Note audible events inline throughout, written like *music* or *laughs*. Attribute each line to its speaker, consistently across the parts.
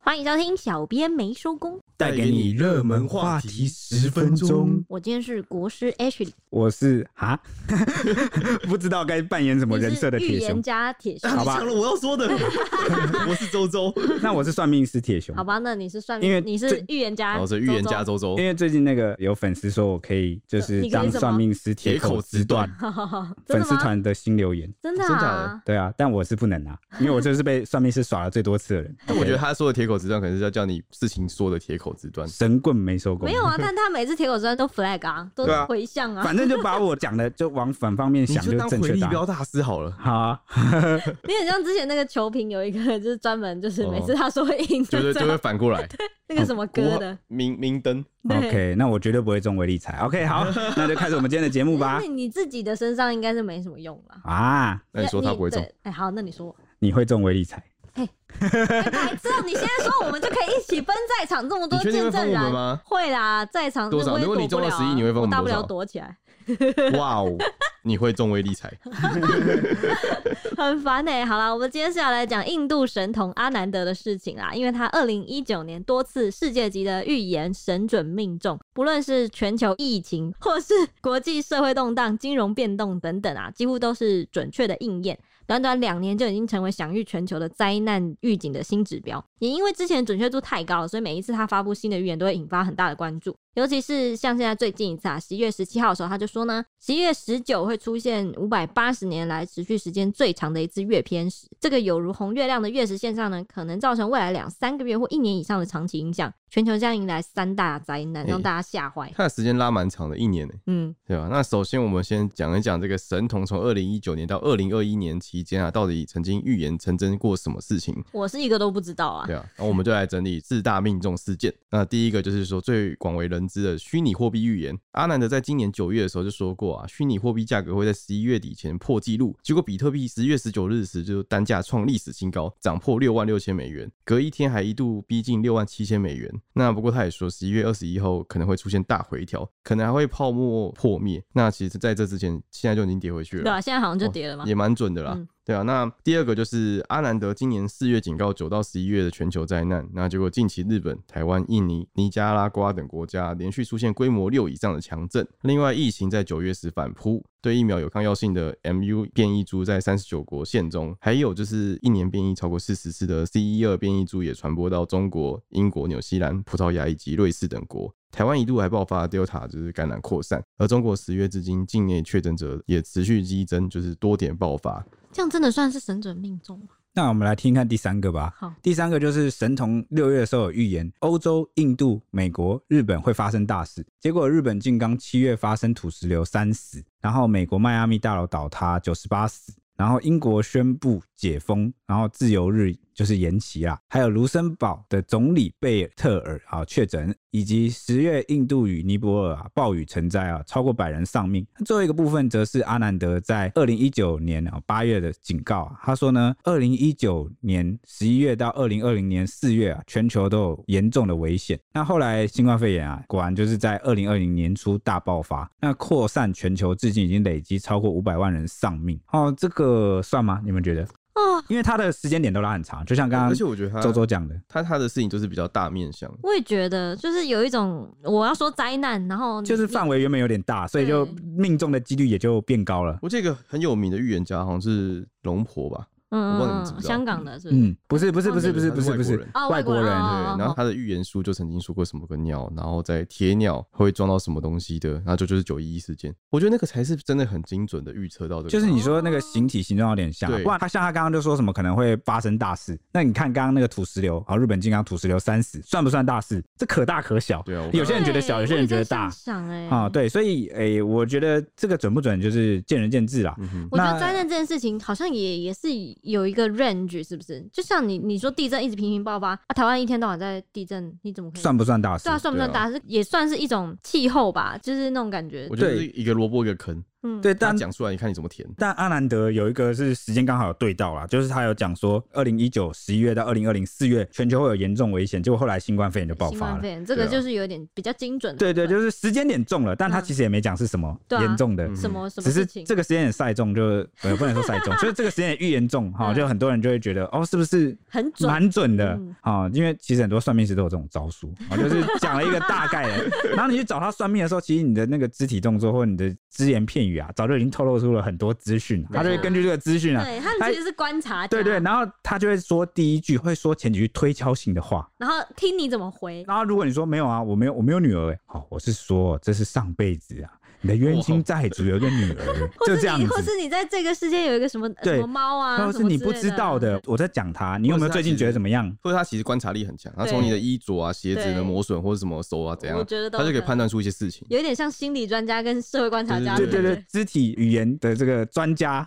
Speaker 1: 欢迎收听《小编没收工》，
Speaker 2: 带给你热门话题十分钟。
Speaker 1: 我今天是国师 Ashley，
Speaker 2: 我是啊， *laughs* 不知道该扮演什么人设的
Speaker 1: 你是预
Speaker 2: 铁
Speaker 1: 言
Speaker 2: 熊。
Speaker 1: 家铁熊
Speaker 2: 啊。好吧
Speaker 3: 你抢了我要说 *laughs* 的，我是周周。
Speaker 2: 那我是算命师铁熊
Speaker 1: 好，吧，那你是算
Speaker 2: 因为
Speaker 1: 你是
Speaker 2: 最
Speaker 1: 预言家，
Speaker 3: 然后哦是预言家
Speaker 1: 周
Speaker 3: 周周
Speaker 2: 因，为最近那个有粉丝说我可以就是
Speaker 1: 你可以
Speaker 2: 当
Speaker 1: 什么
Speaker 2: 算命师铁
Speaker 3: 铁口
Speaker 2: 口
Speaker 3: 直
Speaker 2: 直断
Speaker 3: 断，
Speaker 1: 周真
Speaker 2: 粉
Speaker 1: 的
Speaker 2: 丝
Speaker 1: 吗？
Speaker 2: 团的新留言。
Speaker 1: 真的
Speaker 3: 真假
Speaker 1: 啊
Speaker 3: 的？
Speaker 2: 对啊，但我是不能啊，因为我就是被算命师耍了最多次的人。
Speaker 3: 但我觉得他说的铁口直断，可能是要叫你事情说的铁口直断。
Speaker 2: 神棍没收工，
Speaker 1: 没有啊，但他每次铁口直断都 flag
Speaker 3: *laughs*
Speaker 1: 啊，都
Speaker 2: 对啊
Speaker 1: 回向啊。
Speaker 2: 反正就把我讲的就往反方面
Speaker 3: 你
Speaker 2: 想，
Speaker 3: 就
Speaker 2: 就
Speaker 3: 当
Speaker 2: 正
Speaker 3: 回
Speaker 2: 确
Speaker 3: 力
Speaker 2: 答案
Speaker 3: 标。大师好 *laughs* 了，
Speaker 2: 好啊，
Speaker 1: 你很像之前那个球评有一个，就是专门就是
Speaker 3: 哦
Speaker 1: 每次他说会赢
Speaker 3: 就
Speaker 1: 的时
Speaker 3: 是就
Speaker 1: 候，
Speaker 3: 会反过来。
Speaker 1: *laughs* 那个什么歌的，
Speaker 3: 明明灯，
Speaker 1: 对。
Speaker 2: OK，那我绝对不会中为理财。OK，好，
Speaker 1: *laughs*
Speaker 2: 那就开始我们今天的节目吧
Speaker 1: 那。你自己的身上应该是没什么用啦。
Speaker 2: 啊，
Speaker 3: 那你说他不会中？
Speaker 1: 对哎，好，那你说，
Speaker 2: 你会中为理财？
Speaker 1: 哎白痴哦，你现在说我们就可以一起分在场这么多
Speaker 3: 你确定
Speaker 1: 见
Speaker 3: 会
Speaker 1: 证
Speaker 3: 分我们
Speaker 1: 人
Speaker 3: 吗，
Speaker 1: *laughs* 会啦，在场
Speaker 3: 多少
Speaker 1: 我也
Speaker 3: 如果你
Speaker 1: 躲不
Speaker 3: 中了
Speaker 1: 啊
Speaker 3: 11你会分我
Speaker 1: 我
Speaker 3: 们
Speaker 1: 大不
Speaker 3: 多
Speaker 1: 了
Speaker 3: 少
Speaker 1: 躲起来， *laughs*
Speaker 3: 哇哦，你会中微理财，
Speaker 1: 很烦哎、好啦，我们接下来讲印度神童阿南德的事情啦，因为他二零一九年多次世界级的预言神准命中，不论是全球疫情或是国际社会动荡、金融变动等等啊，几乎都是准确的应验。短短两年就已经成为享誉全球的灾难预警的新指标。也因为之前准确度太高了，所以每一次他发布新的预言都会引发很大的关注。尤其是像现在最近一次啊，十一月十七号的时候，他就说呢，十一月十九会出现五百八十年来持续时间最长的一次月偏食，这个有如红月亮的月食现象呢，可能造成未来两三个月或一年以上的长期影响，全球将迎来三大灾难，
Speaker 3: 哎
Speaker 1: 让大家吓
Speaker 3: *laughs*
Speaker 1: 坏。
Speaker 3: 他的时间拉蛮长的，一年呢、欸
Speaker 1: 嗯，
Speaker 3: 对吧？那首先我们先讲一讲这个神童从二零一九年到二零二一年期间啊，到底曾经预言成真过什么事情？
Speaker 1: 我是一个都不知道啊
Speaker 3: 对。啊，那我们就来整理四大命中事件。那第一个就是说最广为人知的虚拟货币预言，阿南德在今年九月的时候就说过啊，虚拟货币价格会在十一月底前破纪录。结果比特币十月十九日时就单价创历史新高，涨破六万六千美元，隔一天还一度逼近六万七千美元。那不过他也说，十一月二十一后可能会出现大回调，可能还会泡沫破灭。那其实在这之前，现在就已经跌回去了。
Speaker 1: 对啊，现在好像就跌了嘛。
Speaker 3: 哦也蛮准的啦。
Speaker 1: 嗯
Speaker 3: 对啊，那第二个就是阿南德今年四月警告九到十一月的全球灾难，那结果近期日本、台湾、印尼、尼加拉瓜等国家连续出现规模六以上的强震。另外，疫情在九月时反扑，对疫苗有抗药性的 MU 变异株在三十九国现中，还有就是一年变异超过四十次的 C.E. 二变异株也传播到中国、英国、纽西兰、葡萄牙以及瑞士等国。台湾一度还爆发 Delta 就是感染扩散，而中国十月至今境内确诊者也持续激增，就是多点爆发。
Speaker 1: 这样真的算是神准命中吗？
Speaker 2: 那我们来听看第三个吧。
Speaker 1: 好，
Speaker 2: 第三个就是神童六月的时候有预言，欧洲、印度、美国、日本会发生大事。结果日本静冈七月发生土石流三死，然后美国迈阿密大楼倒塌九十八死，然后英国宣布解封，然后自由日就是延期啦。还有卢森堡的总理贝特尔啊确诊，以及十月印度与尼泊尔啊暴雨成灾啊，超过百人丧命。最后一个部分则是阿南德在二零一九年啊八月的警告啊，他说呢，二零一九年十一月到二零二零年四月啊，全球都有严重的危险。那后来新冠肺炎啊，果然就是在二零二零年初大爆发，那扩散全球，至今已经累积超过五百万人丧命。哦，这个算吗？你们觉得？
Speaker 1: 哦，
Speaker 2: 因为它的时间点都拉很长，就像刚
Speaker 3: 而且
Speaker 2: 刚
Speaker 3: 我觉呃得他
Speaker 2: 周周讲的，
Speaker 3: 他他的事情就是比较大面向，
Speaker 1: 我也觉得，就是有一种我要说灾难，然后
Speaker 2: 就是
Speaker 1: 放。
Speaker 2: 范围原本有点大，所以就
Speaker 1: 对
Speaker 2: 命中的几率也就变高了。
Speaker 3: 我记得一个很有名的预言家好像是龙婆吧，
Speaker 1: 嗯
Speaker 3: 我不知道你
Speaker 1: 嗯
Speaker 3: 们知
Speaker 1: 嗯，
Speaker 3: 不知道
Speaker 1: 香港的是不是
Speaker 2: 嗯，不是不是不是不是不是不
Speaker 3: 他是外国
Speaker 2: 是
Speaker 3: 人
Speaker 1: 哦
Speaker 2: 外国
Speaker 1: 外
Speaker 2: 人
Speaker 1: 国人，
Speaker 3: 对，
Speaker 1: 哦
Speaker 3: 然后他的预言书就曾经说过什么个鸟，然后在铁鸟会撞到什么东西的，然后就就是九一一事件，我觉得那个才是真的很精准的预测到这个，
Speaker 2: 就是你说那个形体形状有点像啊，
Speaker 3: 对
Speaker 2: 不然他像他刚刚就说什么可能会发生大事。那你看刚刚那个土石流，啊，日本金刚土石流三死，算不算大事？这可大可小。
Speaker 3: 对啊，我
Speaker 2: 有些人觉得小
Speaker 1: 对
Speaker 2: 有些人觉得大
Speaker 1: 我也在想想哎、
Speaker 2: 啊，，对，所以诶、我觉得这个准不准就是见仁见智啦。
Speaker 3: 嗯哼，
Speaker 1: 我觉得
Speaker 2: 那
Speaker 1: 灾难这件事情好像也也是有一个 range，是不是？就像你你说地震一直频频爆发，啊，台湾一天到晚在地震，你怎么可以？
Speaker 2: 算不啊算大事
Speaker 1: 啊对啊，？算不算大？是也算是一种气候吧，就是那种感觉
Speaker 3: 我。觉得是一个萝卜一个坑，
Speaker 1: 嗯，
Speaker 2: 对，
Speaker 3: 他
Speaker 2: 呃但
Speaker 3: 讲出来，你看你怎么填。
Speaker 2: 但阿南德有一个是时间刚好有对到啦，就是他有讲说，二零一九十一月到二零二零四月，全球会有严重危险，结果后来新冠肺炎就爆
Speaker 1: 新
Speaker 2: 发
Speaker 1: 冠
Speaker 2: 了
Speaker 1: 肺。炎这个
Speaker 3: 对啊
Speaker 1: 就是有点比较精准的部
Speaker 2: 对
Speaker 1: 分，
Speaker 2: 对，就是时间点中了，但他
Speaker 1: 嗯
Speaker 2: 其实也没讲是什么
Speaker 1: 对啊
Speaker 2: 严重的，
Speaker 3: 嗯
Speaker 1: 什么什么
Speaker 2: 只是
Speaker 1: 事情，
Speaker 2: 这个时间点赛中就呃不能说赛中， *laughs* 就是这个时间点预言中哈，
Speaker 1: 嗯
Speaker 2: 就很多人就会觉得哦，是不是
Speaker 1: 很准，
Speaker 2: 蛮准的
Speaker 1: 嗯
Speaker 2: 啊、因为其实很多算命师都有这种招数，啊、就是讲了一个大概的，然后你去找他算命的时候，其实你的那个肢体动作或你的只言片语啊，早就已经透露出了很多资讯，他就会根据这个资讯啊，
Speaker 1: 对他们其实是观察家，
Speaker 2: 对对，然后他就会说第一句，会说前几句推敲性的话，
Speaker 1: 然后听你怎么回，
Speaker 2: 然后如果你说没有啊，我没有我没有女儿、欸，好、我是说这是上辈子啊，你的冤亲债主有个女儿，
Speaker 1: *laughs* 或
Speaker 2: 就这
Speaker 1: 是
Speaker 2: 样
Speaker 1: 你，
Speaker 2: 子。
Speaker 1: 或是你在这个世界有一个什么
Speaker 2: 对
Speaker 1: 什么猫啊，
Speaker 2: 或
Speaker 1: 什
Speaker 2: 是
Speaker 1: 么
Speaker 2: 你
Speaker 1: 之
Speaker 2: 不
Speaker 1: 类嗯
Speaker 2: 知道的，，我在讲他，你有没有最近觉得怎么样？
Speaker 3: 或者他其实观察力很强，他从
Speaker 1: 对
Speaker 3: 你的衣着啊、鞋子
Speaker 1: 对
Speaker 3: 的磨损或者什么手啊怎样
Speaker 1: 我，觉得都
Speaker 3: 他就可以
Speaker 1: 有
Speaker 3: 判断出一些事情。
Speaker 1: 有一点像心理专家跟社会观察家，
Speaker 3: 啊
Speaker 2: 对
Speaker 1: 不
Speaker 2: 对对，肢体语言的这个专家。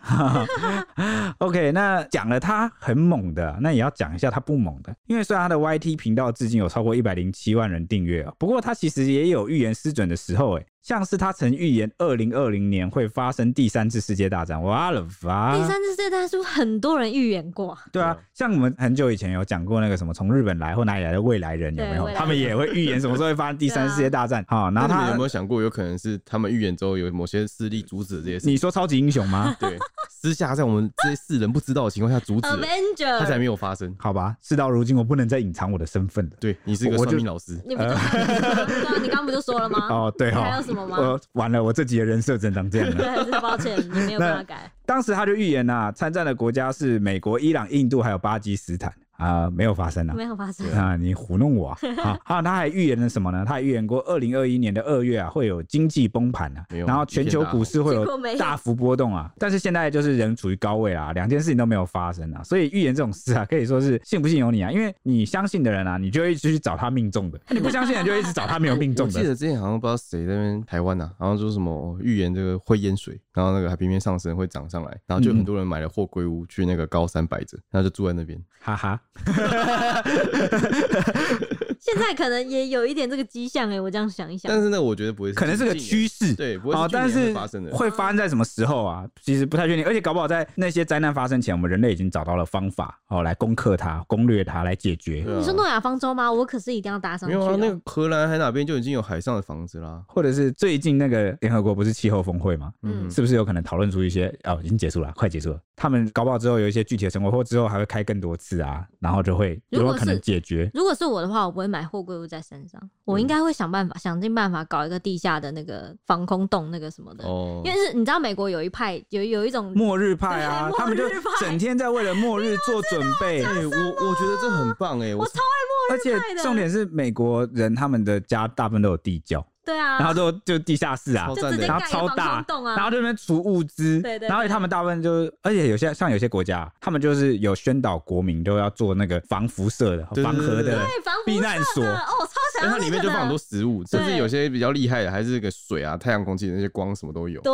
Speaker 2: OK，那讲了他很猛的，那也要讲一下他不猛的，因为虽然他的 YT 频道至今有超过一百零七万人订阅哦，不过他其实也有预言失准的时候，哎，像是他曾预言二零二零年会发生第三次世界大战，哇了哇！
Speaker 1: 第三次世界大叔很多人预言过，
Speaker 2: 对啊
Speaker 3: 对啊，
Speaker 2: 像我们很久以前有讲过那个什么从日本来或哪里来的未来人有
Speaker 1: 对
Speaker 2: 没
Speaker 1: 未
Speaker 2: 有？
Speaker 1: 来
Speaker 2: 他们
Speaker 1: 人啊
Speaker 2: 也会预言什么时候会发生第三次世界
Speaker 1: *laughs*
Speaker 2: 大战。好，然
Speaker 3: 那
Speaker 2: 后
Speaker 3: 你们
Speaker 2: 他
Speaker 3: 有没有想过，有可能是他们预言之后有某些势力阻止了这些事情？
Speaker 2: 你说超级英
Speaker 1: *laughs*
Speaker 2: 雄吗？
Speaker 3: 对，私下在我们这些世人不知道的 *laughs* 情况下阻止了，它才
Speaker 1: Avenger，
Speaker 3: 呃没有发生。
Speaker 2: 好吧，事到如今我不能再隐藏我的身份了。
Speaker 3: 对你是一个
Speaker 2: 我
Speaker 3: 算
Speaker 2: 就
Speaker 3: 命老师，
Speaker 1: 你不就对啊你刚刚不就说了吗？
Speaker 2: 呃哦，对哦，
Speaker 1: 还有什么吗？
Speaker 2: 我完了，我自己的人设真当这样
Speaker 1: *laughs*
Speaker 2: 了。
Speaker 1: 对，真的抱歉，你没有办法改。
Speaker 2: 当时他就预言呐、参战的国家是美国、伊朗、印度还有巴基斯坦啊、没有发生啊。
Speaker 1: 没有发生。
Speaker 2: 啊！你糊弄
Speaker 3: *laughs*
Speaker 2: 我啊！啊，啊他还预言了什么呢？他还预言过二零二一年的二月啊，会有经济崩盘啊
Speaker 3: 没，有
Speaker 2: 然后全球股市会
Speaker 3: 啊
Speaker 1: 结果没
Speaker 2: 有
Speaker 1: 有
Speaker 2: 大幅波动啊。但是现在就是人处于高位啊，两件事情都没有发生啊，所以预言这种事啊，可以说是信不信由你啊。因为你相信的人啊，你就一直去找他命
Speaker 3: *laughs*
Speaker 2: 中的；你不相信的人就一直找他没有命
Speaker 3: 我
Speaker 2: 中
Speaker 3: 记
Speaker 2: 的。
Speaker 3: 得之前好像不知道谁在那边台湾呐，然后说什么呃预言这个会淹水，然后那个海平面上升会涨上来，然后就
Speaker 2: 嗯
Speaker 3: 有很多人买了货柜屋去那个高山摆着，然后就住在那边。
Speaker 2: 哈哈，
Speaker 1: 现在可能也有一点这个迹象哎、我这样想一想，
Speaker 3: 但是呢，我觉得不会，
Speaker 2: 可能是个趋
Speaker 3: 势，
Speaker 2: 势。
Speaker 3: 对，不
Speaker 2: 啊、
Speaker 3: 会
Speaker 2: 但
Speaker 3: 是去年
Speaker 2: 是
Speaker 3: 会发生的。
Speaker 2: 会发生在什么时候啊？其实不太确定，而且搞不好在那些灾难发生前，我们人类已经找到了方法哦，来攻克它、攻略它、来解决，
Speaker 3: 对啊
Speaker 1: 你说诺亚方舟吗？我可是一定要搭上
Speaker 3: 没
Speaker 1: 去的
Speaker 3: 有啊，那个荷兰还哪边就已经有海上的房子啦。
Speaker 2: 或者是最近那个联合国不是气候峰会吗？
Speaker 1: 嗯
Speaker 2: 是不是有可能讨论出一些哦，已经结束了，快结束了？他们搞不好之后有一些具体的成果，或之后还会开更多次啊，然后就会有
Speaker 1: 如
Speaker 2: 没
Speaker 1: 果
Speaker 2: 有可能
Speaker 1: 是
Speaker 2: 解决？
Speaker 1: 如果是我的话，我不会买货柜屋在山上，我应该会想办法，想尽办法搞一个地下的那个防空洞，那个什么的。
Speaker 3: 哦
Speaker 1: 因，为是你知道，美国有一派有有一种
Speaker 2: 末日派啊
Speaker 1: 嗯对，
Speaker 2: 他们就
Speaker 1: 末日派
Speaker 2: 整天在为了末日做准备。
Speaker 3: 哎，我我觉得这很棒哎，我
Speaker 2: 而且
Speaker 1: 派的
Speaker 2: 重点是，美国人他们的家大部分都有地窖，
Speaker 1: 对啊，
Speaker 2: 然后都就地下室啊，
Speaker 3: 超
Speaker 1: 就直接
Speaker 2: 然
Speaker 1: 盖
Speaker 2: 后
Speaker 1: 一
Speaker 2: 超
Speaker 1: 个防
Speaker 2: 大
Speaker 1: 空洞啊，
Speaker 2: 然后这边储物资，
Speaker 1: 对对
Speaker 2: 然后他们大部分就是，而且有些像有些国家，他们就是有宣导国民都要做那个防辐射的、
Speaker 3: 对对
Speaker 2: 防核的
Speaker 3: 对
Speaker 1: 对防
Speaker 2: 避
Speaker 1: 辐
Speaker 2: 难
Speaker 1: 射。
Speaker 2: 所
Speaker 1: 的哦，我超想
Speaker 3: 因为
Speaker 1: 要
Speaker 3: 它
Speaker 1: 那
Speaker 3: 里面
Speaker 1: 个
Speaker 3: 就放很多
Speaker 1: 的。
Speaker 3: 食物，甚至
Speaker 1: 对
Speaker 3: 有些比较厉害的还是这个水啊、太阳、空气那些光什么都有。
Speaker 1: 对，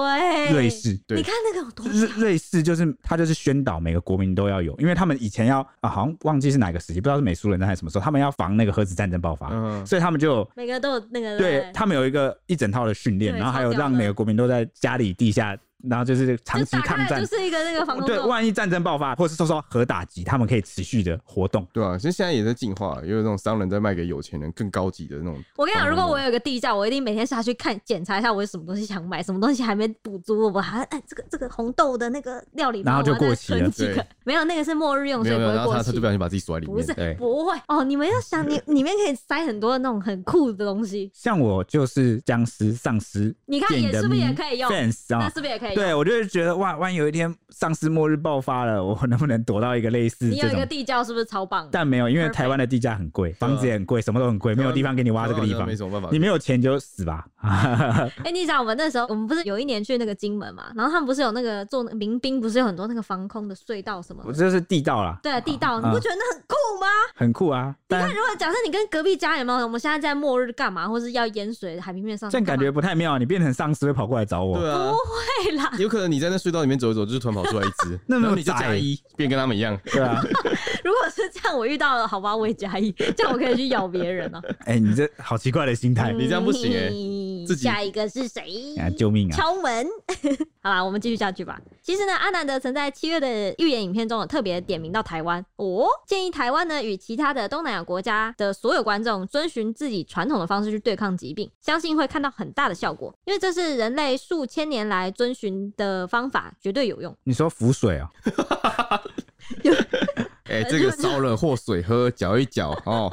Speaker 2: 瑞士，
Speaker 3: 对
Speaker 1: 你看那个有多
Speaker 2: 就是
Speaker 1: 小
Speaker 2: 瑞士，就是他就是宣导每个国民都要有，因为他们以前要啊，好像忘记是哪个时期，不知道是美苏冷战还是什么时候，他们要防那个核子战争爆发，
Speaker 3: 嗯，
Speaker 2: 所以他们就有。
Speaker 1: 每个都有那个
Speaker 2: 对他们有一个一整套的训练，
Speaker 1: 对
Speaker 2: 然后还有
Speaker 1: 超屌
Speaker 2: 让
Speaker 1: 的
Speaker 2: 每个国民都在家里地下，然后就是长
Speaker 1: 就
Speaker 2: 期
Speaker 1: 打
Speaker 2: 抗
Speaker 1: 开来
Speaker 2: 战
Speaker 1: 就。是一个那个防空
Speaker 2: 对，
Speaker 1: 洞，
Speaker 2: 万一战争爆发，或是受到核打击，他们可以持续的活动。
Speaker 3: 对啊，其实现在也在进化，也有那种商人在卖给有钱人更高级的那种。
Speaker 1: 我跟你讲，
Speaker 3: 防
Speaker 1: 如果
Speaker 3: 空
Speaker 1: 我有个地窖，我一定每天下去看检查一下，我有什么东西想买，什么东西还没补足，我还哎这个这个红豆的那个料理包，
Speaker 2: 然后就
Speaker 1: 我要再
Speaker 2: 过期了
Speaker 1: 囤几个
Speaker 3: 对
Speaker 1: 没有那个是末日用，
Speaker 3: 没
Speaker 1: 所以
Speaker 3: 有
Speaker 1: 不
Speaker 3: 没有，
Speaker 1: 会
Speaker 3: 然后
Speaker 1: 过
Speaker 3: 他他就
Speaker 1: 期
Speaker 3: 不。小心把自己锁在里
Speaker 1: 不
Speaker 3: 面哎
Speaker 1: 是。
Speaker 2: 对
Speaker 1: 不会哦，你们要想，你里面可以塞很多那种很酷的东西，
Speaker 2: 像我就是僵尸、丧尸，
Speaker 1: 你看也
Speaker 2: 变的
Speaker 1: 是不是也可以用？
Speaker 2: fans
Speaker 1: 那
Speaker 2: 啊。
Speaker 1: 是不是也可以用？
Speaker 2: 对，我就是觉得哇，万一有一天丧尸末日爆发了，我能不能躲到一个类似
Speaker 1: 你有
Speaker 2: 这
Speaker 1: 一个
Speaker 2: 种？
Speaker 1: 地窖是不是超棒？
Speaker 2: 但没有，因为
Speaker 1: Perfect
Speaker 2: 台湾的地价很贵，
Speaker 3: 啊
Speaker 2: 房子也很贵，什么都很贵，没有地方给你挖这个地
Speaker 3: 好
Speaker 2: 方
Speaker 3: 像啊没。什么办法。
Speaker 2: 你没有钱就死吧。
Speaker 1: 哎、你想我们那时候，我们不是有一年去那个金门嘛，然后他们不是有那个做那个民兵，不是有很多那个防空的隧道什么
Speaker 2: 我
Speaker 1: 的，
Speaker 2: 这是地道啦，
Speaker 1: 对，啊地道，
Speaker 2: 嗯
Speaker 1: 你不觉得那很酷吗？
Speaker 2: 很酷啊，但
Speaker 1: 如果假设你跟隔壁家有没有，我们现在在末日干嘛，或是要淹水海平面上
Speaker 2: 这
Speaker 1: 升
Speaker 2: 样
Speaker 1: 干
Speaker 2: 感
Speaker 1: 嘛，
Speaker 2: 觉不太妙。你变成丧尸会跑过来找我，
Speaker 3: 对啊，
Speaker 1: *laughs* 对啦，
Speaker 3: 有可能你在那隧道里面走一走，就是突然跑出来一只
Speaker 2: *laughs* ，那么
Speaker 3: 然后你就加
Speaker 2: 窄
Speaker 3: 一，变跟他们一
Speaker 1: *laughs*
Speaker 3: 样。
Speaker 2: 对
Speaker 3: *laughs*
Speaker 2: 啊。
Speaker 1: 如果是这样，我遇到了，好吧， *laughs* 我也加一，这样我可以去咬别人啊。
Speaker 2: *laughs* 哎，你这好奇怪的心态
Speaker 1: 嗯。
Speaker 3: 你这样不行哎
Speaker 1: 你
Speaker 3: 自己
Speaker 1: 嗯下一个是谁？
Speaker 2: 啊，救命啊！
Speaker 1: 敲门。 *laughs* 好啦，我们继续下去吧。其实呢，阿南德曾在七月的预言影片中有特别点名到台湾哦，建议台湾呢与其他的东南亚国家的所有观众遵循自己传统的方式去对抗疾病，相信会看到很大的效果，因为这是人类数千年来遵循的方法，绝对有用。
Speaker 2: 你说浮水啊？
Speaker 3: 哎、这个烧了或水喝，搅一搅
Speaker 2: *laughs*
Speaker 3: 哦。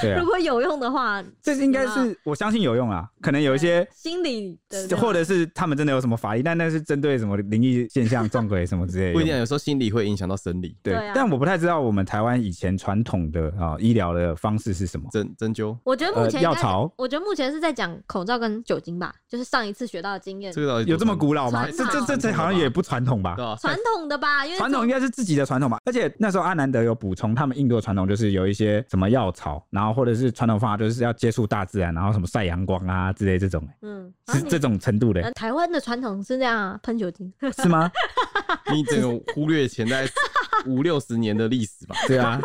Speaker 2: 对啊
Speaker 1: 如，果有用的话，
Speaker 2: 这应该
Speaker 1: 有啊
Speaker 2: 是我相信有用啊。可能有一些，
Speaker 1: 心理的
Speaker 2: 或者是他们真的有什么法力，但那是针对什么灵异现象、撞鬼什么之类的。
Speaker 3: 不一定啊，有时候心理会影响到生理。
Speaker 2: 对
Speaker 1: 对啊，
Speaker 2: 但我不太知道我们台湾以前传统的啊、医疗的方式是什么。
Speaker 3: 针针灸，
Speaker 1: 我觉得目
Speaker 2: 呃，
Speaker 1: 前应
Speaker 2: 药
Speaker 1: 该是
Speaker 2: 草
Speaker 1: 我觉得目前是在讲口罩跟酒精吧，就是上一次学到的经验
Speaker 3: 这，个到底
Speaker 2: 有这么古老吗？
Speaker 1: 传
Speaker 2: 这
Speaker 1: 统
Speaker 2: 这这这好像也不传统吧
Speaker 3: 对？啊，
Speaker 1: 传统的吧，因为
Speaker 2: 传统应该是自己的传统吧。而且那时候阿南德有补充，他们印度的传统就是有一些什么药草，然后或者是传统方法就是要接触大自然，然后什么晒阳光啊之类这种，
Speaker 1: 嗯，
Speaker 2: 是这种程度的、
Speaker 1: 呃台湾的传统是这样啊，喷酒精， *laughs*
Speaker 2: 是吗？
Speaker 3: 你整个忽略前代五六十年的历史吧。。
Speaker 2: 对啊，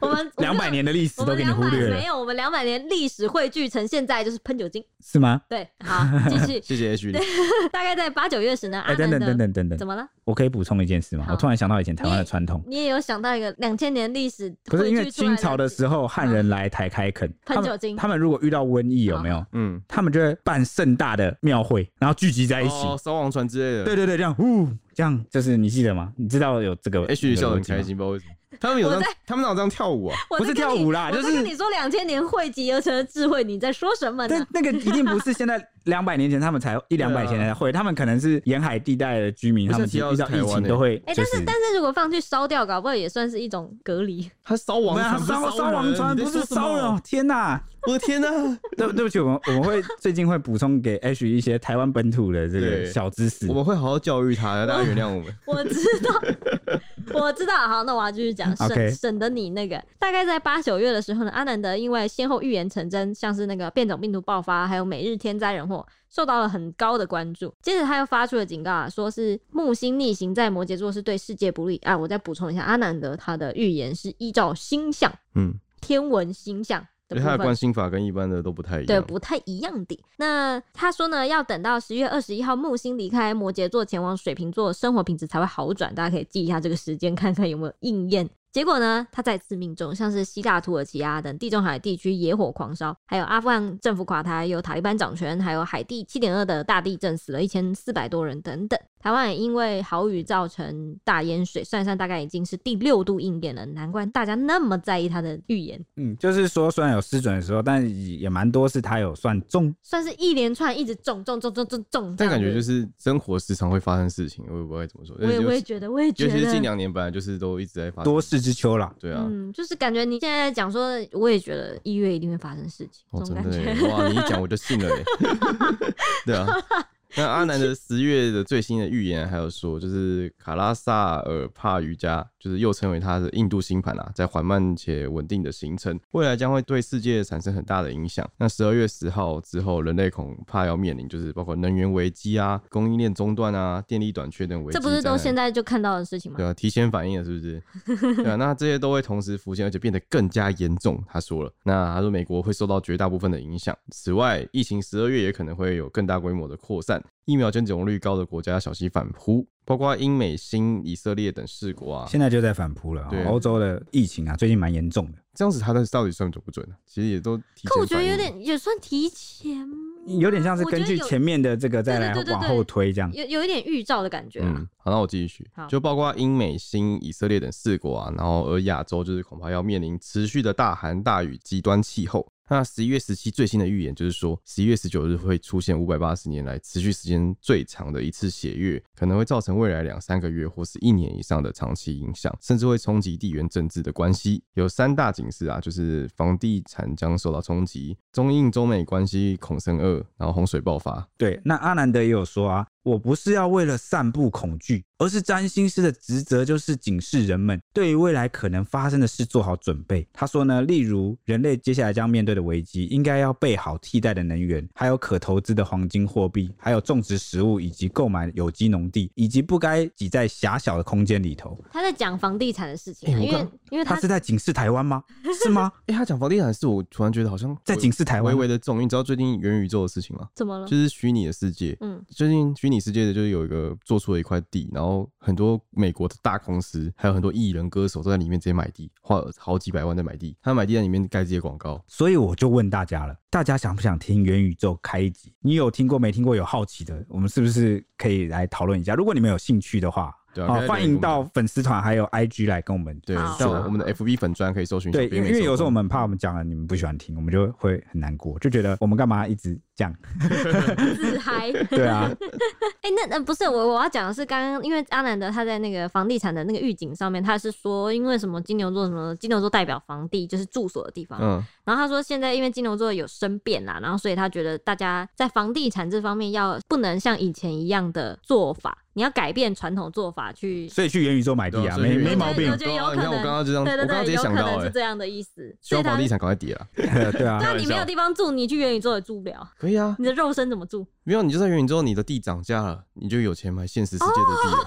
Speaker 1: 我们
Speaker 2: *laughs* 两百。年的历史
Speaker 1: 我
Speaker 2: 都
Speaker 1: 们
Speaker 2: 给你
Speaker 1: 两
Speaker 2: 忽
Speaker 1: 百
Speaker 2: 略了
Speaker 1: 没，有，我们两百年历史汇聚成现在就是喷酒精。
Speaker 2: 是吗？
Speaker 1: 对，
Speaker 2: *laughs*
Speaker 1: 好，继续 *laughs*
Speaker 3: 谢谢 H
Speaker 1: 大概在八九月时呢，
Speaker 2: 哎、
Speaker 1: 阿
Speaker 2: 等
Speaker 1: 南
Speaker 2: 等
Speaker 1: 的
Speaker 2: 等等等等
Speaker 1: 怎，么了？
Speaker 2: 我可以补充一件事吗？
Speaker 1: 好
Speaker 2: 我突然想到以前台湾的传统，
Speaker 1: 你也有想到一个两千年历史
Speaker 2: 不是
Speaker 1: 汇
Speaker 2: 因为
Speaker 1: 聚出来嗯
Speaker 2: 清朝的时候汉人来台开垦，他
Speaker 1: 喷酒精
Speaker 2: 们他们如果遇到瘟疫有没有？
Speaker 3: 嗯，
Speaker 2: 他们就会办盛大的庙会，然后聚集在一起。
Speaker 3: 哦，烧王船之类的。
Speaker 2: 对对对，这样呜，这样就是你记得吗？你知道有这个
Speaker 3: H 笑得很
Speaker 2: 这个
Speaker 3: 开
Speaker 2: 问题吗
Speaker 3: 心，不知道为什么。他们有这
Speaker 1: 我
Speaker 3: 样，他们哪有这样跳舞啊？
Speaker 1: 我
Speaker 2: 不
Speaker 1: 在
Speaker 2: 是
Speaker 1: 跟
Speaker 2: 跳
Speaker 1: 你
Speaker 2: 舞啦
Speaker 1: 我在
Speaker 2: 就是
Speaker 1: 跟你说两千年汇集而成的智慧，你在说什么呢
Speaker 2: 但？那个一定不是现在两百年前他们
Speaker 3: *laughs*
Speaker 2: 才一两百年前才会，他们可能是沿海地带的居民，
Speaker 3: 啊不是
Speaker 2: 他们
Speaker 3: 提到
Speaker 2: 遇到
Speaker 3: 台
Speaker 2: 疫
Speaker 3: 湾
Speaker 2: 情
Speaker 3: 欸
Speaker 2: 都会
Speaker 1: 哎、
Speaker 2: 就
Speaker 1: 但是但是如果放去烧掉，搞不好也算是一种隔离。
Speaker 3: 他烧王
Speaker 2: 没有啊
Speaker 3: 船，不是
Speaker 2: 烧烧王
Speaker 3: 人
Speaker 2: 船不是烧。
Speaker 3: 你在说什
Speaker 2: 了
Speaker 3: 么，
Speaker 2: 天哪！
Speaker 3: 我的天哪！
Speaker 2: 对对不起，我们我们
Speaker 3: *laughs*
Speaker 2: 会最近会补充给 H 一些台湾本土的这个
Speaker 3: 对
Speaker 2: 小知识
Speaker 3: 我。们会好好教育他，大家原谅我
Speaker 2: *laughs*
Speaker 3: 们。
Speaker 1: 我知道，我知道。好，那我要继续讲，省
Speaker 2: OK
Speaker 1: 省得你那个。大概在八九月的时候呢，阿南德因为先后预言成真，像是那个变种病毒爆发，还有每日天灾人祸，受到了很高的关注。接着他又发出了警告啊，说是木星逆行在摩羯座是对世界不利啊。我再补充一下，阿南德他的预言是依照星象、
Speaker 3: 嗯，
Speaker 1: 天文星象的部
Speaker 3: 因为他
Speaker 1: 分
Speaker 3: 的关心法跟一般的都不太一
Speaker 1: 对，
Speaker 3: 样。
Speaker 1: 不太一样的。那他说呢，要等到十月二十一号木星离开摩羯座，前往水瓶座，生活品质才会好转。大家可以记一下这个时间，看看有没有应验。结果呢，他再次命中，像是希腊、土耳其啊等地中海地区野火狂烧，还有阿富汗政府垮台，有塔利班掌权，还有海地七点二的大地震死了一千四百多人等等。台湾也因为豪雨造成大淹水，算一算大概已经是第六度应验了，难怪大家那么在意他的预言。
Speaker 2: 嗯，就是说虽然有失准的时候，但也蛮多是他有算中
Speaker 1: 算是一连串一直中中中中中中，，
Speaker 3: 但感觉就是是生活时常会发生事情，我也不会怎么说。
Speaker 1: 我也
Speaker 3: 尤
Speaker 1: 我也
Speaker 3: 其
Speaker 1: 觉得，我也觉
Speaker 3: 尤其是近
Speaker 1: 得，
Speaker 3: 两年，本来就是都一直在发生
Speaker 2: 多。事之秋啦。
Speaker 3: 对啊，
Speaker 1: 嗯，就是感觉你现在讲说，我也觉得一月一定会发生事情，
Speaker 3: 哦，
Speaker 1: 这种
Speaker 3: 真
Speaker 1: 感
Speaker 3: 的
Speaker 1: 觉。
Speaker 3: 耶哇！你一讲我就信了
Speaker 1: *laughs*
Speaker 3: 耶。 *laughs* 对啊，那阿南的十月的最新的预言还有说，就是卡拉萨尔帕瑜伽，就是又称为它的印度星盘啊，在缓慢且稳定的形成，未来将会对世界产生很大的影响。那十二月十号之后，人类恐怕要面临就是包括能源危机啊、供应链中断啊、电力短缺等危机
Speaker 1: *laughs* 这
Speaker 3: 灾
Speaker 1: 不
Speaker 3: 难。
Speaker 1: 是都现在就看到的事情吗
Speaker 3: 对？啊，提前反应了是不是？对啊，那这些都会同时浮现，而且变得更加严重。他说了，那他说美国会受到绝大部分的影响。此外，疫情十二月也可能会有更大规模的扩散，疫苗接种率高的国家要小心反扑，包括英美新、以色列等四国啊。
Speaker 2: 现在就在反扑了啊、
Speaker 3: 对
Speaker 2: 欧洲的疫情啊，最近蛮严重的，
Speaker 3: 这样子，他的到底算准不准呢、其实也都提前
Speaker 1: 可我觉得
Speaker 3: 反应
Speaker 1: 有点也算提前吗，
Speaker 2: 有点像是
Speaker 1: 我觉
Speaker 2: 根
Speaker 1: 得
Speaker 2: 据
Speaker 1: 有
Speaker 2: 前面的这个再来
Speaker 1: 对对对对
Speaker 2: 往
Speaker 1: 对
Speaker 2: 后推这样。
Speaker 1: 有有一点预兆的感觉啊。
Speaker 3: 嗯，好，那我继续
Speaker 1: 好，
Speaker 3: 就包括英美新、以色列等四国啊，然后而亚洲就是恐怕要面临持续的大寒大雨、极端气候。那十一月十七最新的预言就是说，十一月十九日会出现五百八十年来持续时间最长的一次血月，可能会造成未来两三个月或是一年以上的长期影响，甚至会冲击地缘政治的关系。有三大警示啊，就是房地产将受到冲击，中印中美关系恐生恶，然后洪水爆发。
Speaker 2: 对，那阿南德也有说啊，我不是要为了散布恐惧，而是占星师的职责就是警示人们对于未来可能发生的事做好准备。他说呢，例如人类接下来将面对的危机，应该要备好替代的能源，还有可投资的黄金货币，还有种植食物以及购买有机农地，以及不该挤在狭小的空间里头。
Speaker 1: 他在讲房地产的事情、啊，
Speaker 3: 哎我
Speaker 1: 因为
Speaker 3: 刚
Speaker 1: 因为
Speaker 2: 他
Speaker 1: 他
Speaker 2: 是在警示台湾吗？是吗？
Speaker 3: 哎、他讲房地产是我突然觉得好像
Speaker 2: 在警示台
Speaker 3: 微
Speaker 2: 湾？
Speaker 3: 微的重，因为你知道最近元宇宙的事情吗？
Speaker 1: 怎么了
Speaker 3: 就？是虚拟的世界，
Speaker 1: 嗯，
Speaker 3: 最近虚拟世界的就是有一个做出了一块地，然后很多美国的大公司，还有很多艺人歌手都在里面直接买地，花了好几百万在买地，他买地在里面盖自己的广告。
Speaker 2: 所以我就问大家了，大家想不想听元宇宙开一集？你有听过没听过？有好奇的，我们是不是可以来讨论一下？如果你们有兴趣的话，
Speaker 3: 对啊
Speaker 2: 好
Speaker 3: 可以来
Speaker 2: 欢
Speaker 3: 留
Speaker 2: 迎
Speaker 3: 言给我
Speaker 2: 到
Speaker 3: 们
Speaker 2: 粉丝团还有 IG 来跟我们
Speaker 3: 对
Speaker 1: 好，嗯
Speaker 3: 像我们的 FB 粉砖可以搜寻小
Speaker 2: 对，
Speaker 3: 编
Speaker 2: 因
Speaker 3: 没
Speaker 2: 为
Speaker 3: 收
Speaker 2: 因
Speaker 3: 工。
Speaker 2: 为有时候我们很怕我们讲了你们不喜欢听，我们就会很难过，就觉得我们干嘛一直这
Speaker 3: *laughs*
Speaker 2: 样？
Speaker 1: 自嗨。
Speaker 2: 对啊，
Speaker 1: 哎、那那不是我我要讲的是刚刚，因为阿南德他在那个房地产的那个预警上面，他是说因为什么金牛座什么金牛座代表房地就是住所的地方，
Speaker 3: 嗯，
Speaker 1: 然后他说现在因为金牛座有生变啊啦，然后所以他觉得大家在房地产这方面要不能像以前一样的做法，你要改变传统做法去。
Speaker 2: 所以去元宇宙买地
Speaker 3: 对啊
Speaker 2: 啊，
Speaker 3: 所以
Speaker 2: 没
Speaker 3: 元宇宙
Speaker 2: 没毛
Speaker 1: 我觉
Speaker 2: 病
Speaker 1: 得，
Speaker 3: 对啊
Speaker 1: 有可
Speaker 3: 你看我
Speaker 1: 能
Speaker 3: 刚刚就这样，
Speaker 1: 对
Speaker 3: 我
Speaker 1: 对
Speaker 3: 刚刚直
Speaker 1: 对，
Speaker 3: 接
Speaker 1: 有可
Speaker 3: 想到
Speaker 1: 能
Speaker 3: 哎、
Speaker 1: 是
Speaker 3: 欸，
Speaker 1: 这样的意思。
Speaker 3: 希
Speaker 1: 所以
Speaker 3: 望
Speaker 1: 他
Speaker 3: 房地产赶快跌了。
Speaker 2: *laughs* 对啊
Speaker 1: 对。啊，
Speaker 3: 玩
Speaker 1: 你没有
Speaker 3: 笑
Speaker 1: 地方住，你去元宇宙也住不了，
Speaker 3: 可以啊，
Speaker 1: 你的肉身怎么住？
Speaker 3: 没有你就在元宇宙，你的地涨价了，你就有钱买现实世界的地
Speaker 1: 哦
Speaker 3: 了。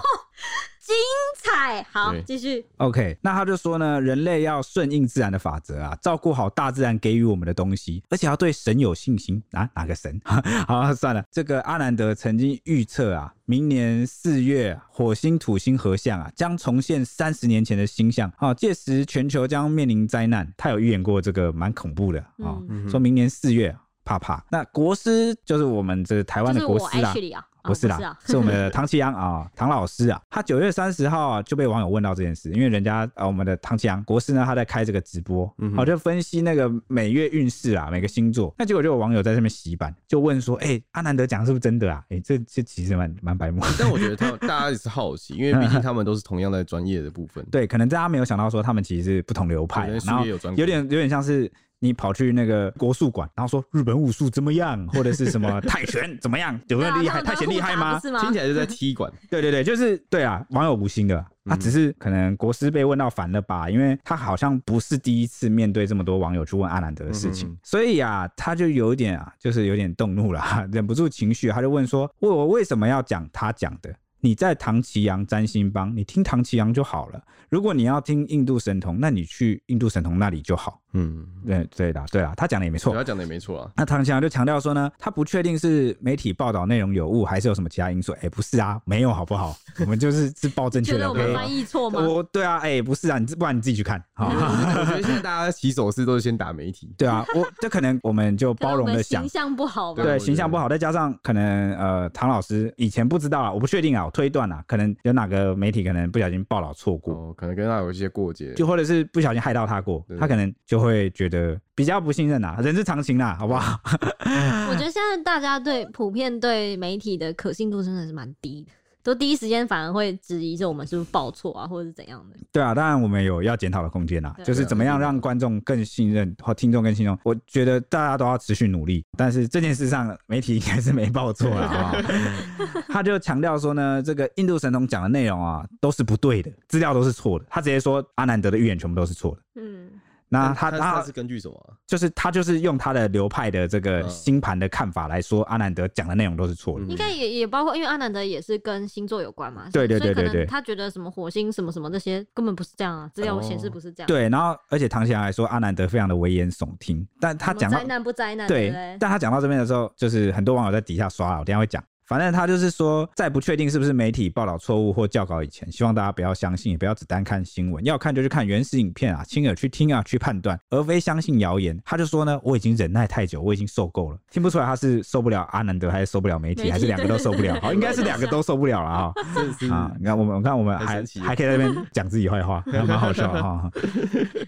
Speaker 1: 精彩，好
Speaker 3: 对，
Speaker 1: 继续。
Speaker 2: OK，那他就说呢，人类要顺应自然的法则啊，照顾好大自然给予我们的东西，而且要对神有信心啊。哪个神？ *laughs* 好，算了。这个阿南德曾经预测啊，明年四月火星土星合相啊，将重现三十年前的星象啊，届时全球将面临灾难。他有预言过这个蛮恐怖的啊，
Speaker 1: 嗯
Speaker 3: 嗯哼
Speaker 2: 说明年四月怕怕。那国师就是我们这台湾
Speaker 1: 就
Speaker 2: 的
Speaker 1: 是
Speaker 2: 国
Speaker 1: 我
Speaker 2: 师啦。
Speaker 1: Ashley 啊，啊
Speaker 2: 不是
Speaker 1: 啊 *laughs*
Speaker 2: 啦，是我们的唐启阳啊，唐老师啊，他九月三十号啊就被网友问到这件事，因为人家啊我们的唐启阳国师呢，他在开这个直播，好、
Speaker 3: 嗯哼
Speaker 2: 就分析那个每月运势啊，每个星座，那结果就有网友在上面洗版，就问说，哎、阿南德讲的是不是真的啊？哎、这这其实蛮蛮白目。
Speaker 3: *laughs* 但我觉得他们大家也是好奇，因为毕竟他们都是同样在专业的部
Speaker 2: *laughs*
Speaker 3: 分。
Speaker 2: 嗯对，可能大家没有想到说他们其实是不同流派啊、
Speaker 3: 可能术
Speaker 2: 然后
Speaker 3: 业有专攻
Speaker 2: 有点有点像是你跑去那个国术馆，然后说日本武术怎么样，或者是什么 *laughs* 泰拳怎么样，有没有厉
Speaker 1: 啊
Speaker 2: 害？泰拳厉害吗？
Speaker 1: 是吗？嗯
Speaker 3: 听起来就在
Speaker 2: *laughs*
Speaker 3: 踢馆，
Speaker 2: 对对对，就是对啊，网友无心的，他、
Speaker 3: 嗯
Speaker 2: 只是可能国师被问到烦了吧，因为他好像不是第一次面对这么多网友去问阿兰德的事情，
Speaker 3: 嗯哼
Speaker 2: 所以啊，他就有一点啊，就是有点动怒了， *laughs* 忍不住情绪，他就问说：“我我为什么要讲他讲的？”你在唐奇阳占星帮，你听唐奇阳就好了。如果你要听印度神童，那你去印度神童那里就好。
Speaker 3: 嗯，
Speaker 2: 对对啦，对啦，他讲的也没错
Speaker 3: 对。他讲的也没错啊。
Speaker 2: 那唐强就强调说呢，他不确定是媒体报道内容有误，还是有什么其他因素。哎、不是啊，没有好不好？我们
Speaker 1: *laughs*
Speaker 2: 就是是报正
Speaker 1: 觉
Speaker 2: 确
Speaker 1: 得
Speaker 2: 的。
Speaker 1: 我
Speaker 2: OK？
Speaker 1: 们翻译错吗？
Speaker 2: 我对啊，哎、不是啊，你自不然你自己去看
Speaker 1: *laughs*
Speaker 2: 好，
Speaker 3: 我觉得现在大家起手势都是先打媒体，
Speaker 2: 对啊，我这可能我们就
Speaker 1: 可能
Speaker 2: 包容
Speaker 1: 我
Speaker 2: 的
Speaker 1: 们
Speaker 2: 想
Speaker 1: 形，象不好吧？
Speaker 3: 对
Speaker 2: 对
Speaker 3: 我觉得
Speaker 2: 形象不好，再加上可能呃，唐老师以前不知道啊，我不确定啊，我推断啊，可能有哪个媒体可能不小心报道错过，
Speaker 3: 哦，可能跟他有一些过节。
Speaker 2: 就或者是不小心害到他过
Speaker 3: 对，
Speaker 2: 他可能就会觉得比较不信任啊，人之常情啦，好不好？
Speaker 1: 我觉得现在大家对普遍对媒体的可信度真的是蛮低的，都第一时间反而会质疑说我们是不是报错啊，或者是怎样的。
Speaker 2: 对啊，当然我们有要检讨的空间啦，
Speaker 1: 对
Speaker 2: 就是怎么样让观众更信任或听众更信任。我觉得大家都要持续努力，但是这件事上媒体应该是没报错
Speaker 3: *laughs*
Speaker 2: 啦。好不
Speaker 3: 嗯
Speaker 2: 好他就强调说呢，这个印度神童讲的内容啊都是不对的，资料都是错的。他直接说阿南德的预言全部都是错的。
Speaker 1: 嗯，
Speaker 2: 那
Speaker 3: 但
Speaker 2: 啊他
Speaker 3: 他
Speaker 2: 他
Speaker 3: 是根据什么啊？
Speaker 2: 就是他就是用他的流派的这个
Speaker 3: 嗯
Speaker 2: 星盘的看法来说，阿南德讲的内容都是错的。
Speaker 1: 应该也也包括，因为阿南德也是跟星座有关嘛，
Speaker 2: 对对
Speaker 1: 所以
Speaker 2: 对对
Speaker 1: 可能
Speaker 2: 对
Speaker 1: 他觉得什么火星什么什么这些根本不是这样啊，资料显示不是这样。，
Speaker 2: 对，然后而且唐贤来说，阿南德非常的危言耸听，但他讲到
Speaker 1: 灾难不灾难，嗯对
Speaker 2: 对
Speaker 1: 不对，
Speaker 2: 但他讲到这边的时候，就是很多网友在底下刷哦了，我等一下会讲。反正他就是说，在不确定是不是媒体报道错误或校稿以前，希望大家不要相信，也不要只单看新闻，要看就去看原始影片啊，亲耳去听啊，去判断，啊而非相信谣言。他就说呢，我已经忍耐太久，我已经受够了，听不出来他是受不了阿南德，还是受不了媒
Speaker 1: 媒
Speaker 2: 体，
Speaker 1: 体
Speaker 2: 还是两个都受不了？哦好，应该是两个都受不了了啊、
Speaker 3: 真的是
Speaker 2: 啊，你看我们，我看我们
Speaker 3: 很
Speaker 2: 还
Speaker 3: 神奇
Speaker 2: 还可以在那边讲自己坏话，还蛮好笑的哈。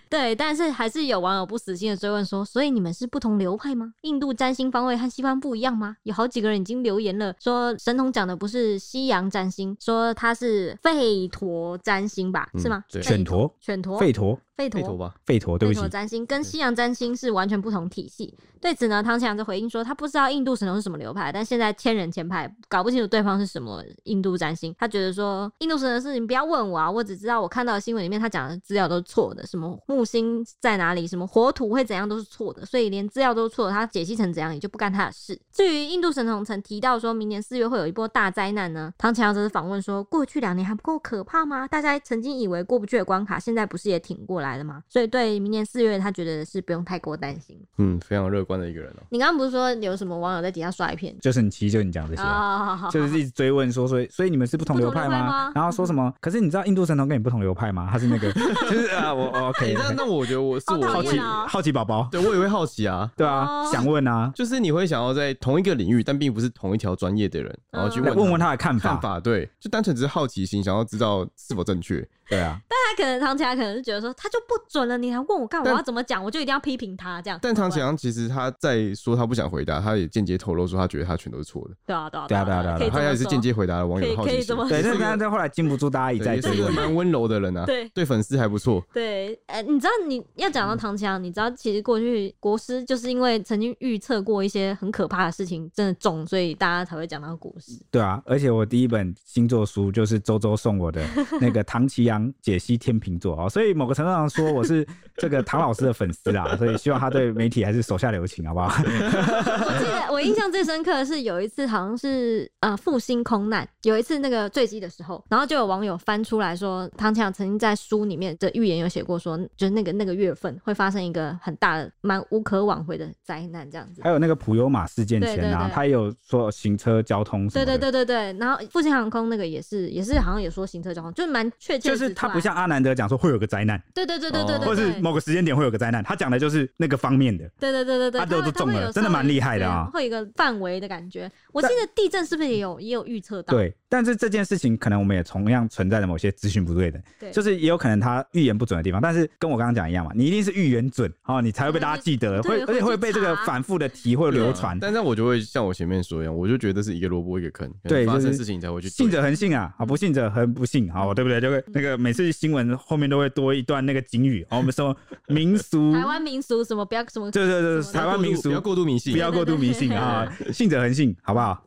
Speaker 1: 对，但是还是有网友不死心的追问说：“所以你们是不同流派吗？印度占星方位和西方不一样吗？”有好几个人已经留言了，说神童讲的不是西洋占星，说他是吠陀占星吧？是吗？
Speaker 3: 对
Speaker 1: 吠
Speaker 2: 嗯犬，陀、
Speaker 1: 犬陀，
Speaker 2: 吠陀、
Speaker 1: 费陀
Speaker 3: 费陀吧，
Speaker 2: 费陀，对不
Speaker 1: 贝
Speaker 2: 起
Speaker 1: 陀，占星跟西洋占星是完全不同体系。对此呢，唐启阳就回应说，他不知道印度神童是什么流派，但现在千人千派，搞不清楚对方是什么印度占星。他觉得说，印度神童的事情不要问我啊，我只知道我看到的新闻里面他讲的资料都是错的，什么木星在哪里，什么火土会怎样都是错的，所以连资料都是错的，他解析成怎样也就不干他的事。至于印度神童曾提到说明年四月会有一波大灾难呢，唐启阳则是访问说，过去两年还不够可怕吗？大家曾经以为过不去的关卡，现在不是也挺过来了吗？所以对明年四月，他觉得是不用太过担心。
Speaker 3: 嗯，非常乐观的一个人哦、
Speaker 1: 你刚刚不是说有什么网友在底下刷一片？
Speaker 2: 就是你其实就是你讲这些啊。
Speaker 1: 啊，
Speaker 2: 就是一直追问说，所以所以你们是不同流派
Speaker 1: 不同流派吗嗯
Speaker 2: 吗？然后说什么？可是你知道印度神童跟你不同流派吗？他是那
Speaker 3: *laughs*
Speaker 2: 个，就是啊，我我 OK，
Speaker 3: 你知道，那我觉得我是
Speaker 1: 好
Speaker 3: 我
Speaker 1: 讨
Speaker 2: 好
Speaker 1: 厌
Speaker 2: 奇
Speaker 1: 啊
Speaker 2: 好奇宝宝，
Speaker 3: 对我也会好奇啊，
Speaker 2: 对啊
Speaker 1: 哦，
Speaker 2: 想问啊，
Speaker 3: 就是你会想要在同一个领域，但并不是同一条专业的人，然后去
Speaker 1: 嗯
Speaker 3: 问
Speaker 2: 问问
Speaker 3: 他
Speaker 2: 他的看
Speaker 3: 看
Speaker 2: 法，
Speaker 3: 法，对，就单纯只是好奇心，想要知道是否正确。
Speaker 2: 对啊，
Speaker 1: 他可能唐启阳可能是觉得说，他就不准了，你还问我干？我
Speaker 3: 但
Speaker 1: 要怎么讲？我就一定要批评他这样。
Speaker 3: 但唐启
Speaker 1: 对啊
Speaker 3: 阳其实他在说他不想回答，他也间接透露说他觉得他全都是错的，
Speaker 1: 对啊对啊
Speaker 2: 对啊对啊
Speaker 1: 可以
Speaker 2: 对
Speaker 1: 这
Speaker 3: 他
Speaker 1: 么
Speaker 3: 也是
Speaker 1: 说
Speaker 3: 间接回答了网友的好
Speaker 1: 可以可
Speaker 3: 奇
Speaker 1: 以这
Speaker 3: 心。
Speaker 1: 么
Speaker 2: 对，
Speaker 1: 是
Speaker 2: 但但但后来禁不住大家一再
Speaker 3: 对，是一
Speaker 2: 追
Speaker 3: 个
Speaker 2: 问，
Speaker 3: 蛮温柔的人啊，
Speaker 1: 对
Speaker 3: 对粉丝还不错。
Speaker 1: 对，呃，你知道你要讲到唐强，你知道其实过去国师就是因为曾经预测过一些很可怕的事情，真的中，所以大家才会讲到国师。
Speaker 2: 对啊，而且我第一本星座书就是周周送我的那个唐奇阳解析天秤座啊、哦，所以某个程度上说我是这个唐老师的粉丝啊
Speaker 3: *laughs*
Speaker 2: 啦，所以希望他对媒体还是手下留情，好不好？
Speaker 1: 我记得我印象最深刻的是有一次好像是呃复兴空难，有一次那个坠机的时候，然后就有网友翻出来说，唐强曾经在书里面的预言有写过说，就是那个那个月份会发生一个很大的、蛮无可挽回的灾难这样子。
Speaker 2: 还有那个普悠玛事件前
Speaker 1: 对对
Speaker 2: 啊，
Speaker 1: 对
Speaker 2: 他也有说行车交通什
Speaker 1: 对
Speaker 2: 么
Speaker 1: 对
Speaker 2: 的。
Speaker 1: 对对对，然后复兴航空那个也是也是好像也说行车交通，就是蛮确切
Speaker 2: 就
Speaker 1: 地指出来，
Speaker 2: 是他不像阿南德讲说会有个灾难，
Speaker 1: 对对对对
Speaker 3: 哦
Speaker 1: 对对，
Speaker 2: 或是
Speaker 1: 对
Speaker 2: 某个时间点会有个灾难，他讲的就是那个方面的。
Speaker 1: 对对对对对，
Speaker 2: 他啊都
Speaker 1: 它会
Speaker 2: 都中
Speaker 1: 它会
Speaker 2: 了
Speaker 1: 有
Speaker 2: 真的
Speaker 1: 稍微
Speaker 2: 蛮厉害的啊
Speaker 1: 对会有一个范围的感觉。我记
Speaker 2: 但
Speaker 1: 得地震是不是也有也有预测到？
Speaker 2: 对，但是这件事情可能我们也同样存在的某些资讯不对的，
Speaker 1: 对
Speaker 2: 就是也有可能他预言不准的地方。但是跟我刚刚讲一样嘛，你一定是预言准哦，你才会被大家记得，
Speaker 1: 对会
Speaker 2: 会而且会被这个反复的题会流传。
Speaker 3: 啊但是我就会像我前面说一样，我就觉得是一个萝卜一个坑，可能
Speaker 2: 对就
Speaker 3: 发生
Speaker 2: 是
Speaker 3: 事情你才会去
Speaker 2: 信
Speaker 3: 对
Speaker 2: 者恒信啊，
Speaker 1: 嗯
Speaker 2: 啊不信者恒不信，好对不对？就会那个每次新闻后面都会多一段那个警语，哦，我们说民俗，
Speaker 1: 台湾民俗什么不要什么，
Speaker 2: 对对对，
Speaker 1: 什么
Speaker 2: 台
Speaker 3: 不要
Speaker 2: 湾
Speaker 3: 过度
Speaker 2: 民俗
Speaker 3: 不要过度迷信，
Speaker 2: 不要过度
Speaker 1: *laughs*
Speaker 2: 迷信啊， *laughs* 信者恒信，好不好？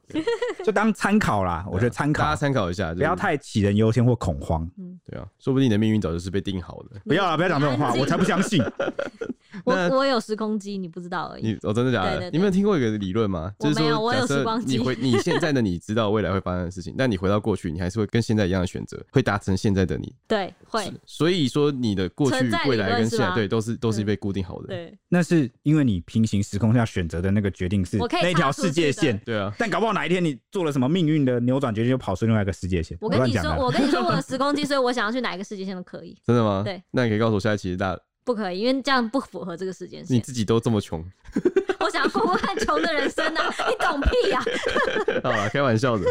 Speaker 2: 就当参考啦，我觉得
Speaker 1: 啊
Speaker 2: 参
Speaker 3: 大
Speaker 2: 考
Speaker 3: 家，参考一下，就是
Speaker 2: 不要太杞人忧天或恐
Speaker 1: *laughs*
Speaker 2: 慌。
Speaker 3: 对啊，说不定你的命运早就是被定好的。
Speaker 2: 不要啦，不要讲这种话，
Speaker 1: 你
Speaker 2: 我才不相信。
Speaker 1: *laughs* 我
Speaker 3: 那
Speaker 1: 我有十公斤，你不知道而已。
Speaker 3: 你哦，真的假
Speaker 1: 对
Speaker 3: 的
Speaker 1: 对？对
Speaker 3: 你没有听过一个理论吗？
Speaker 1: 我
Speaker 3: 就是
Speaker 1: 没有我
Speaker 3: 说，
Speaker 1: 有
Speaker 3: 假
Speaker 1: 时
Speaker 3: 设
Speaker 1: 光机
Speaker 3: 你回你现在的你知道未来会发生的事情，但你回到过去，你还是会跟现在一样的选择，会达成现在的你。
Speaker 1: 对，会
Speaker 3: 所以说，你的过去
Speaker 1: 存在、理
Speaker 3: 未
Speaker 1: 论
Speaker 3: 来跟现
Speaker 1: 是
Speaker 3: 在，
Speaker 1: 吗
Speaker 3: 对，都是都是
Speaker 1: 嗯
Speaker 3: 被固定好的。
Speaker 1: 对，
Speaker 2: 那是因为你平行时空下选择的那个决定是
Speaker 1: 我可以
Speaker 2: 那条世界线，
Speaker 3: 对啊，
Speaker 2: 但搞不好哪一天你做了什么命运的扭转决定，就跑出另外一个世界线。
Speaker 1: 我
Speaker 2: 我
Speaker 1: 跟
Speaker 2: 乱
Speaker 1: 你
Speaker 2: 讲啊
Speaker 1: 说，
Speaker 2: 的。
Speaker 1: 我跟你说我有十
Speaker 2: *laughs*
Speaker 1: 公斤，所以我想要去哪一个世界线都可以，
Speaker 3: 真的吗？
Speaker 1: 对。
Speaker 3: 那你可以告诉我，现在其实大
Speaker 1: 不可以，因为这样不符合这个时间
Speaker 3: 你
Speaker 1: 线。
Speaker 3: 自己都这么穷，
Speaker 1: 我想要过过很穷的人生啊，你懂屁呀、
Speaker 3: *laughs* 好了，开玩笑的。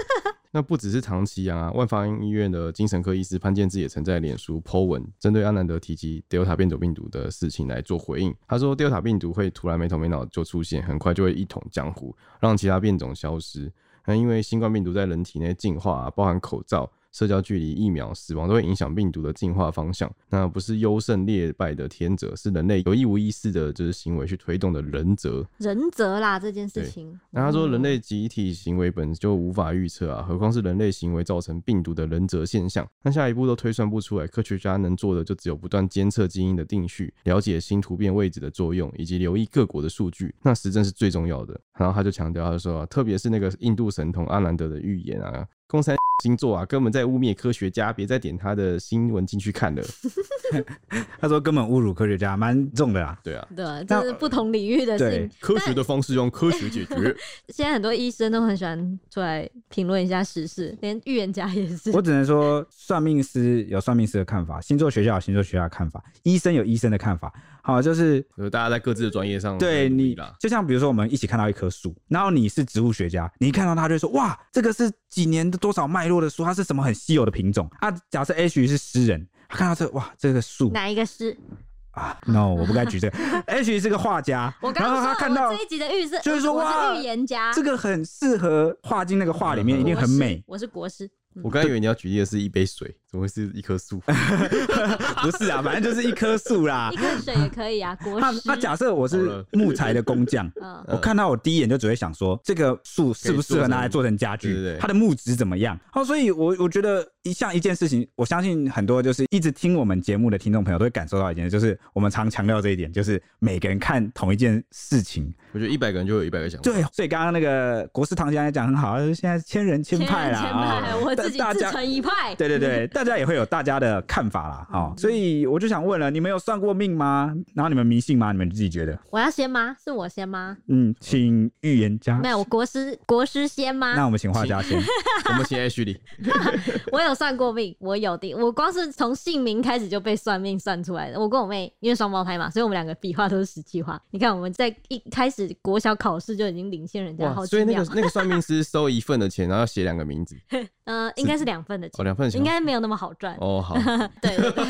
Speaker 3: 那不只是唐奇阳啊，万方医院的精神科医师潘建志也曾在脸书 Po 文，针对阿南德提及 Delta 变种病毒的事情来做回应。他说，Delta 病毒会突然没头没脑就出现，很快就会一统江湖，让其他变种消失。那因为新冠病毒在人体内进化、啊，包含口罩、社交距离、疫苗、死亡，都会影响病毒的进化方向。那不是优胜劣败的天择，是人类有意无意识的，就是行为去推动的人择。
Speaker 1: 仁泽啦，这件事情。
Speaker 3: 那他说，人类集体行为本就无法预测啊，何况是人类行为造成病毒的人则现象。那下一步都推算不出来，科学家能做的就只有不断监测基因的定序，了解新突变位置的作用，以及留意各国的数据。那实证是最重要的。然后他就强调，他说、啊，特别是那个印度神童阿兰德的预言啊，共产星座啊，根本在污蔑科学家，别再点他的新闻进去看了。
Speaker 2: 他说根本侮辱科学家，蛮重的啦。
Speaker 3: 对啊，
Speaker 1: 嗯对，这是不同领域的事情
Speaker 2: 对。，
Speaker 3: 科学的方式用科学解决。
Speaker 1: 现在很多医生都很喜欢出来评论一下时事，连预言家也是。
Speaker 2: 我只能说，算命师有算命师的看法，星座学校有星座学校的看法，医生有医生的看法。好，就是
Speaker 3: 呃大家在各自的专业上
Speaker 2: 对
Speaker 3: 努力
Speaker 2: 你
Speaker 3: 啦，，
Speaker 2: 就像比如说我们一起看到一棵树，然后你是植物学家，你一看到它就会说哇，这个是几年的多少脉络的树，它是什么很稀有的品种啊。假设 H 是诗人，他看到这哇，这个树
Speaker 1: 哪一个是？
Speaker 2: 啊，no，我不该举这
Speaker 1: *laughs*
Speaker 2: 个。H 是个画家，
Speaker 1: 我刚
Speaker 2: 然后
Speaker 1: 刚
Speaker 2: 他
Speaker 1: 说
Speaker 2: 看
Speaker 1: 了
Speaker 2: 到
Speaker 1: 我这一集啊的预测，
Speaker 2: 就是说
Speaker 1: 我是
Speaker 2: 哇
Speaker 1: 预言家，
Speaker 2: 这个很适合画进那个画里面，
Speaker 3: 嗯 *laughs*
Speaker 2: 一定
Speaker 1: 我
Speaker 2: 很
Speaker 1: 是
Speaker 2: 美。
Speaker 1: 我是国师，
Speaker 3: 我刚才以为你要举例的是一杯水，怎么会是一棵
Speaker 1: *laughs*
Speaker 3: 树？
Speaker 2: 不是啊，反正就是一棵树啦
Speaker 1: 一。颗水也可以啊，
Speaker 2: *laughs*
Speaker 1: 国
Speaker 2: 那
Speaker 1: 师。
Speaker 2: 那假设我
Speaker 3: 好
Speaker 2: 是
Speaker 3: 了
Speaker 2: 木材的工匠，
Speaker 1: 嗯，
Speaker 2: 我看到我第一眼就只会想说，这个树适不适合拿来做成家
Speaker 3: 可以做
Speaker 2: 具
Speaker 3: 成，
Speaker 2: 它的木质怎么样？哦，所以我我觉得一像一件事情，我相信很多就是一直听我们节目的听众朋友都会感受到一件事，就是我们常强调这一点，就是每个人看同一件事
Speaker 1: 嗯
Speaker 2: 情，
Speaker 3: 我觉得一百个人就有一百个想法。
Speaker 2: 对，所以刚刚那个国师堂姐讲得很好，现在千人千
Speaker 1: 千
Speaker 2: 派
Speaker 1: 人
Speaker 2: 啦，
Speaker 1: 千
Speaker 2: 啊
Speaker 1: 派，我自己嗯
Speaker 2: 大
Speaker 1: 自
Speaker 2: 家
Speaker 1: 成一派。
Speaker 2: 对对对，大家也会有大家的看法啦，
Speaker 1: 嗯
Speaker 2: 哦，所以我就想问了，你们有算过命吗？然后你们迷信吗？你们自己觉得？
Speaker 1: 我要先吗？是我先吗？
Speaker 2: 嗯，请预言家。
Speaker 1: 没有，啊我国师国师先
Speaker 2: 那
Speaker 1: 吗？
Speaker 2: 我们请画家先。
Speaker 3: 我们请 H 里，
Speaker 1: *laughs* 我有算过命，我有的。我光是从姓名开始就被算命算出来的。我跟我妹因为双胞胎嘛，所以我们两个笔画都是十七画。你看我们在一开始国小考试就已经领先人家好
Speaker 3: 所以
Speaker 1: 几
Speaker 3: 那
Speaker 1: 秒
Speaker 3: 个。那个算命师收一份的钱，然后要写两个名字，
Speaker 1: 嗯，应该是两份的
Speaker 3: 哦，
Speaker 1: 钱，
Speaker 3: 两份钱
Speaker 1: 应该没有那么好赚。
Speaker 3: 哦，
Speaker 1: *laughs*
Speaker 3: 好，
Speaker 1: 对对对，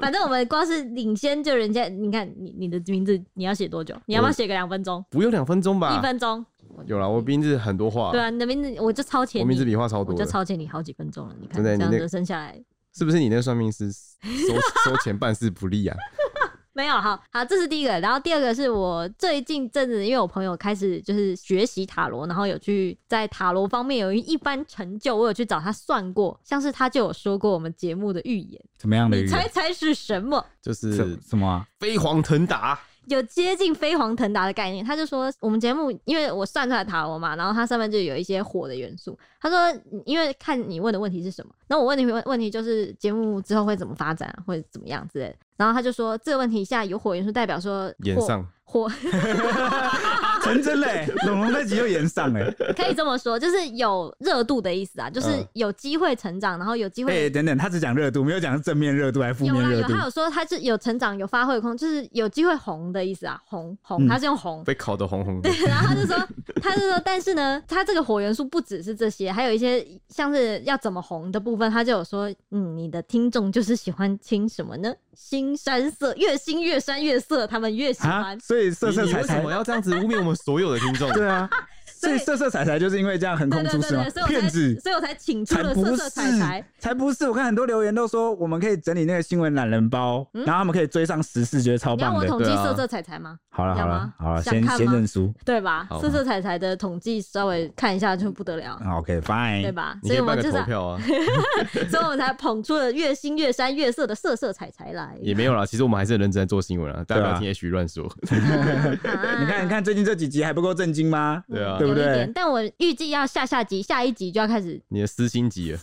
Speaker 1: 反正我们光是领先就人家，你看你你的名字你要写多久？你要不要写个两分钟？
Speaker 3: 不用两分钟
Speaker 1: 一
Speaker 3: 吧？
Speaker 1: 分钟？
Speaker 3: 啊有啦，我名字很多话，
Speaker 1: 对啊，你的名字我就超前
Speaker 3: 我
Speaker 1: 你，
Speaker 3: 名字笔画超
Speaker 1: 我
Speaker 3: 多
Speaker 1: 就
Speaker 3: 的，
Speaker 1: 超前你好几分钟了。你看
Speaker 3: 真的
Speaker 1: 这
Speaker 3: 你
Speaker 1: 样
Speaker 3: 那
Speaker 1: 子剩下来
Speaker 3: 是不是你那个算命
Speaker 1: *laughs*
Speaker 3: 师收收钱办事不利啊？
Speaker 1: 没有，好好，这是第一个。然后第二个是我最近阵子，因为我朋友开始就是学习塔罗，然后有去在塔罗方面有一番成就，我有去找他算过，像是他就有说过我们节目的预言，
Speaker 2: 怎么样的
Speaker 1: 你
Speaker 2: 预
Speaker 1: 猜
Speaker 2: 言？
Speaker 1: 猜是什么？
Speaker 3: 就
Speaker 2: 什
Speaker 3: 是
Speaker 2: 什么啊？
Speaker 3: 飞黄
Speaker 1: *laughs*
Speaker 3: 腾达，
Speaker 1: 有接近飞黄腾达的概念。他就说，我们节目因为我算出来塔罗嘛，然后它上面就有一些火的元素。他说，因为看你问的问题是什么，那我问你问问题就是节目之后会怎么发展，或者怎么样之类的。然后他就说，这个问题下有火元素，代表说
Speaker 3: 演
Speaker 1: 火
Speaker 3: 上
Speaker 1: 火 *laughs*
Speaker 2: 成真嘞，龙龙那集又演
Speaker 1: *laughs*
Speaker 2: 上哎、
Speaker 1: 可以这么说，就是有热度的意思啊，就是
Speaker 3: 嗯
Speaker 1: 有机会成长，然后有机
Speaker 2: 哎、
Speaker 1: 会
Speaker 2: 等等，他只讲热度，没有讲正面热度还是负
Speaker 1: 有
Speaker 2: 面
Speaker 1: 啦
Speaker 2: 热
Speaker 1: 有，啊
Speaker 2: 度。
Speaker 1: 他有说他是有成长、有发挥的空间，就是有机会红的意思啊，红
Speaker 2: 嗯
Speaker 1: 红，他是用红。
Speaker 3: 被烤得红红
Speaker 1: *laughs*
Speaker 3: 的
Speaker 1: 对，，然后他就说，他就说，但是呢，他这个火元素不只是这些，还有一些像是要怎么红的部分，他就有说，嗯，你的听众就是喜欢听什么呢？新山色，越新越山越色，他们越喜
Speaker 2: 啊，
Speaker 1: 欢。
Speaker 2: 所以色色
Speaker 3: 你你
Speaker 2: 彩
Speaker 3: 为什
Speaker 2: 彩
Speaker 3: 么，要这样子污蔑我们所有的
Speaker 1: *laughs*
Speaker 3: 听众？
Speaker 2: 对啊，所以
Speaker 1: 以
Speaker 2: 色色彩彩就是因为这样横
Speaker 1: 对
Speaker 2: 空
Speaker 1: 对
Speaker 2: 出
Speaker 1: 对
Speaker 2: 世吗
Speaker 1: 对，所以？我
Speaker 2: 骗
Speaker 1: 才，
Speaker 2: 子！
Speaker 1: 所以我才请出
Speaker 2: 才
Speaker 1: 了
Speaker 2: 不
Speaker 1: 色
Speaker 2: 是
Speaker 1: 色彩彩。，
Speaker 2: 才不是！我看很多留言都说，我们可以整理那个新闻懒人包，然后他们可以追上时事，觉得超
Speaker 1: 嗯你要
Speaker 2: 棒
Speaker 1: 我
Speaker 2: 的。
Speaker 1: 统计
Speaker 3: 对啊
Speaker 1: 色色彩彩吗？
Speaker 2: 好了好
Speaker 1: 要
Speaker 2: 了
Speaker 1: 吗
Speaker 2: 好了，
Speaker 1: 想
Speaker 2: 先
Speaker 1: 看
Speaker 2: 先
Speaker 1: 吗
Speaker 2: 认输。
Speaker 1: 对吧
Speaker 3: 好？
Speaker 1: 色色彩彩的统计稍微看一下就不得
Speaker 2: 嗯
Speaker 1: 了，哦对
Speaker 2: OK，fine。
Speaker 1: 吧？
Speaker 3: 你
Speaker 1: 所
Speaker 3: 可
Speaker 1: 以
Speaker 3: 以
Speaker 1: 我们
Speaker 3: 办个
Speaker 1: 就是
Speaker 3: 投
Speaker 1: 要，
Speaker 3: 票啊，
Speaker 1: 所以我们才捧出了越新越山越色的色色彩彩来。
Speaker 3: 也没有啦。其实我们还是很认真在做新闻啊，大家不
Speaker 2: 对啊
Speaker 3: 要听 H
Speaker 1: *laughs*
Speaker 3: 乱说。
Speaker 1: 你
Speaker 2: *laughs* 你看你看，最近这几集还不够震惊吗？
Speaker 3: *laughs* 对啊
Speaker 2: 对，
Speaker 1: 有
Speaker 2: 不
Speaker 1: 一
Speaker 2: 对
Speaker 1: 点？但我预计要下下集、下一集就要开始， *laughs*
Speaker 3: 你的私心急了，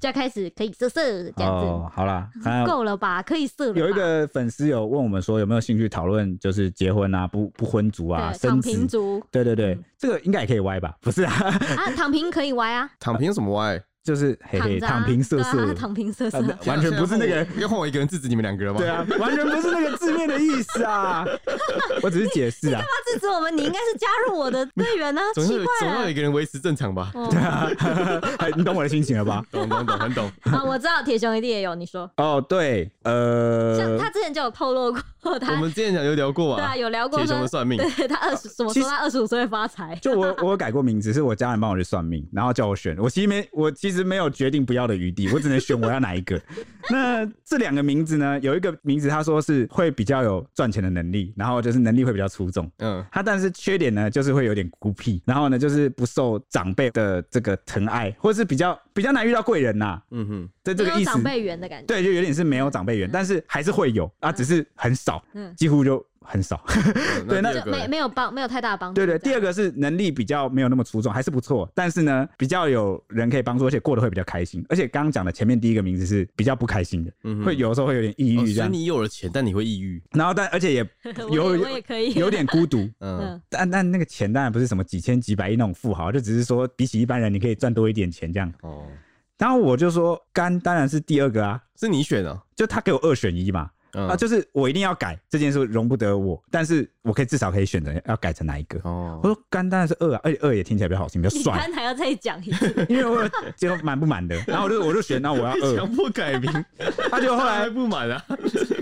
Speaker 1: 就要开始可以色色这样子，
Speaker 2: 哦，好啦，还
Speaker 1: 够了吧？可以色了吧。
Speaker 2: 有一个粉丝有问我们说，有没有兴趣讨论就是结婚啊、不不婚族啊、
Speaker 1: 对
Speaker 2: 生
Speaker 1: 躺
Speaker 2: 子
Speaker 1: 平？族嗯
Speaker 2: 对对对，这个应该也可以歪吧？不是啊， *laughs*
Speaker 1: 啊，躺平可以歪啊，
Speaker 3: 躺平有什么歪？
Speaker 2: 就是 *laughs* 嘿
Speaker 1: 躺
Speaker 2: 嘿
Speaker 1: 着啊
Speaker 2: 躺平色
Speaker 1: 对啊
Speaker 2: 色，
Speaker 1: 躺平色色
Speaker 2: 啊。完全不是那
Speaker 3: *laughs*
Speaker 2: 个，
Speaker 3: 要换我一个人制止你们两个了吗？
Speaker 2: 对啊，完全不是那个字面的意思啊。 *laughs* 我只是解释啊， *laughs*
Speaker 1: 他制止我们，你应该是加入我的队员啊，
Speaker 3: 总要
Speaker 1: 奇
Speaker 3: 有
Speaker 1: 怪
Speaker 3: 总要有
Speaker 1: 了
Speaker 3: 一。个人维持正常吧？
Speaker 1: 哦
Speaker 2: 哎你懂我的心情了吧？
Speaker 3: 懂懂懂，很
Speaker 1: *laughs*
Speaker 3: 懂。
Speaker 1: 啊，我知道铁熊一定也有，你说，
Speaker 2: 哦，对，
Speaker 1: 像
Speaker 2: 呃，
Speaker 1: 他之前就有透露过
Speaker 3: 我
Speaker 1: 他。
Speaker 3: 们之前讲有聊过
Speaker 1: 对啊，
Speaker 3: 啊，
Speaker 1: 有聊过
Speaker 3: 铁熊
Speaker 1: 说
Speaker 3: 的，算
Speaker 1: *laughs*
Speaker 3: 命，
Speaker 1: 对他二十，什么
Speaker 2: 啊其
Speaker 1: 说
Speaker 2: 实
Speaker 1: 他二十五岁会发财？
Speaker 2: 就我 *laughs* 我有改过名字，是我家人帮我去算命，然后叫我选。我其实没我其实没有决定不要的余地，我只能选我要哪一
Speaker 1: *laughs*
Speaker 2: 个。那这两个名字呢，有一个名字他说是会比较有赚钱的能力，然后就是能力会比较出众。
Speaker 3: 嗯，
Speaker 2: 他但是缺点呢，就是会有点孤僻，然后呢就是不受长辈的这个疼爱，或是比较比较难遇到贵人呐、
Speaker 3: 嗯哼，
Speaker 2: 对这
Speaker 1: 有
Speaker 2: 个意思
Speaker 1: 长。辈缘的感觉。
Speaker 2: 对，就有点是没有长辈缘，但是还是会有啊，只是很少，
Speaker 1: 嗯
Speaker 2: 几乎就很少。对
Speaker 3: 对，
Speaker 2: 那
Speaker 3: 嗯第二
Speaker 1: 就没
Speaker 3: 个
Speaker 1: 没有帮，没有太大的帮助。
Speaker 2: 对对，
Speaker 1: 这
Speaker 2: 第
Speaker 1: 样
Speaker 2: 二个是能力比较没有那么出众，还是不错，但是呢，比较有人可以帮助，而且过得会比较开心。而且刚刚讲的前面第一个名字是比较不开心的，
Speaker 3: 嗯哼
Speaker 2: 会有时候会有点抑
Speaker 3: 哦
Speaker 2: 郁这
Speaker 3: 所以
Speaker 2: 样，
Speaker 3: 你有了钱，但你会抑郁，
Speaker 2: 然后但而且也
Speaker 1: *laughs* 我
Speaker 2: 有
Speaker 1: 也我也可以，
Speaker 2: 有点孤独。
Speaker 3: 嗯
Speaker 1: 嗯，
Speaker 2: 但但那个钱当然不是什么几千几百亿那种富豪，就只是说比起一般人，你可以赚多一点钱这样。
Speaker 3: 哦，
Speaker 2: 然后我就说肝当然是第二个啊，
Speaker 3: 是你选的哦
Speaker 2: 就他给我二选一嘛，
Speaker 3: 嗯
Speaker 2: 啊，就是我一定要改这件事容不得我，但是我可以至少可以选择要改成哪一个。
Speaker 3: 哦
Speaker 2: 我，说肝当然是二啊，而且二也听起来比较好听，比较
Speaker 1: 你
Speaker 2: 帅
Speaker 1: 刚。才要再讲一次，
Speaker 2: *laughs* 因为我有结果满不满的，然后我就我就选，那我要二，
Speaker 3: 啊强迫改
Speaker 2: *laughs*
Speaker 3: 名，
Speaker 2: 他就后来，
Speaker 3: *laughs* 还不
Speaker 2: *laughs*
Speaker 3: 满啊，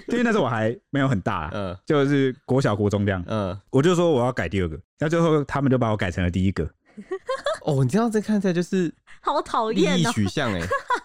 Speaker 2: 因为那时候我还没有很大啦，
Speaker 3: 嗯
Speaker 2: 就是国小国中这样，
Speaker 3: 嗯，
Speaker 2: 我就说我要改第二个，然后最后他们就把我改成了第一个，
Speaker 3: 哦，你这样子看起来就是
Speaker 1: 好讨
Speaker 3: 利
Speaker 1: 厌
Speaker 3: 益
Speaker 1: 哦，
Speaker 3: 取向哎、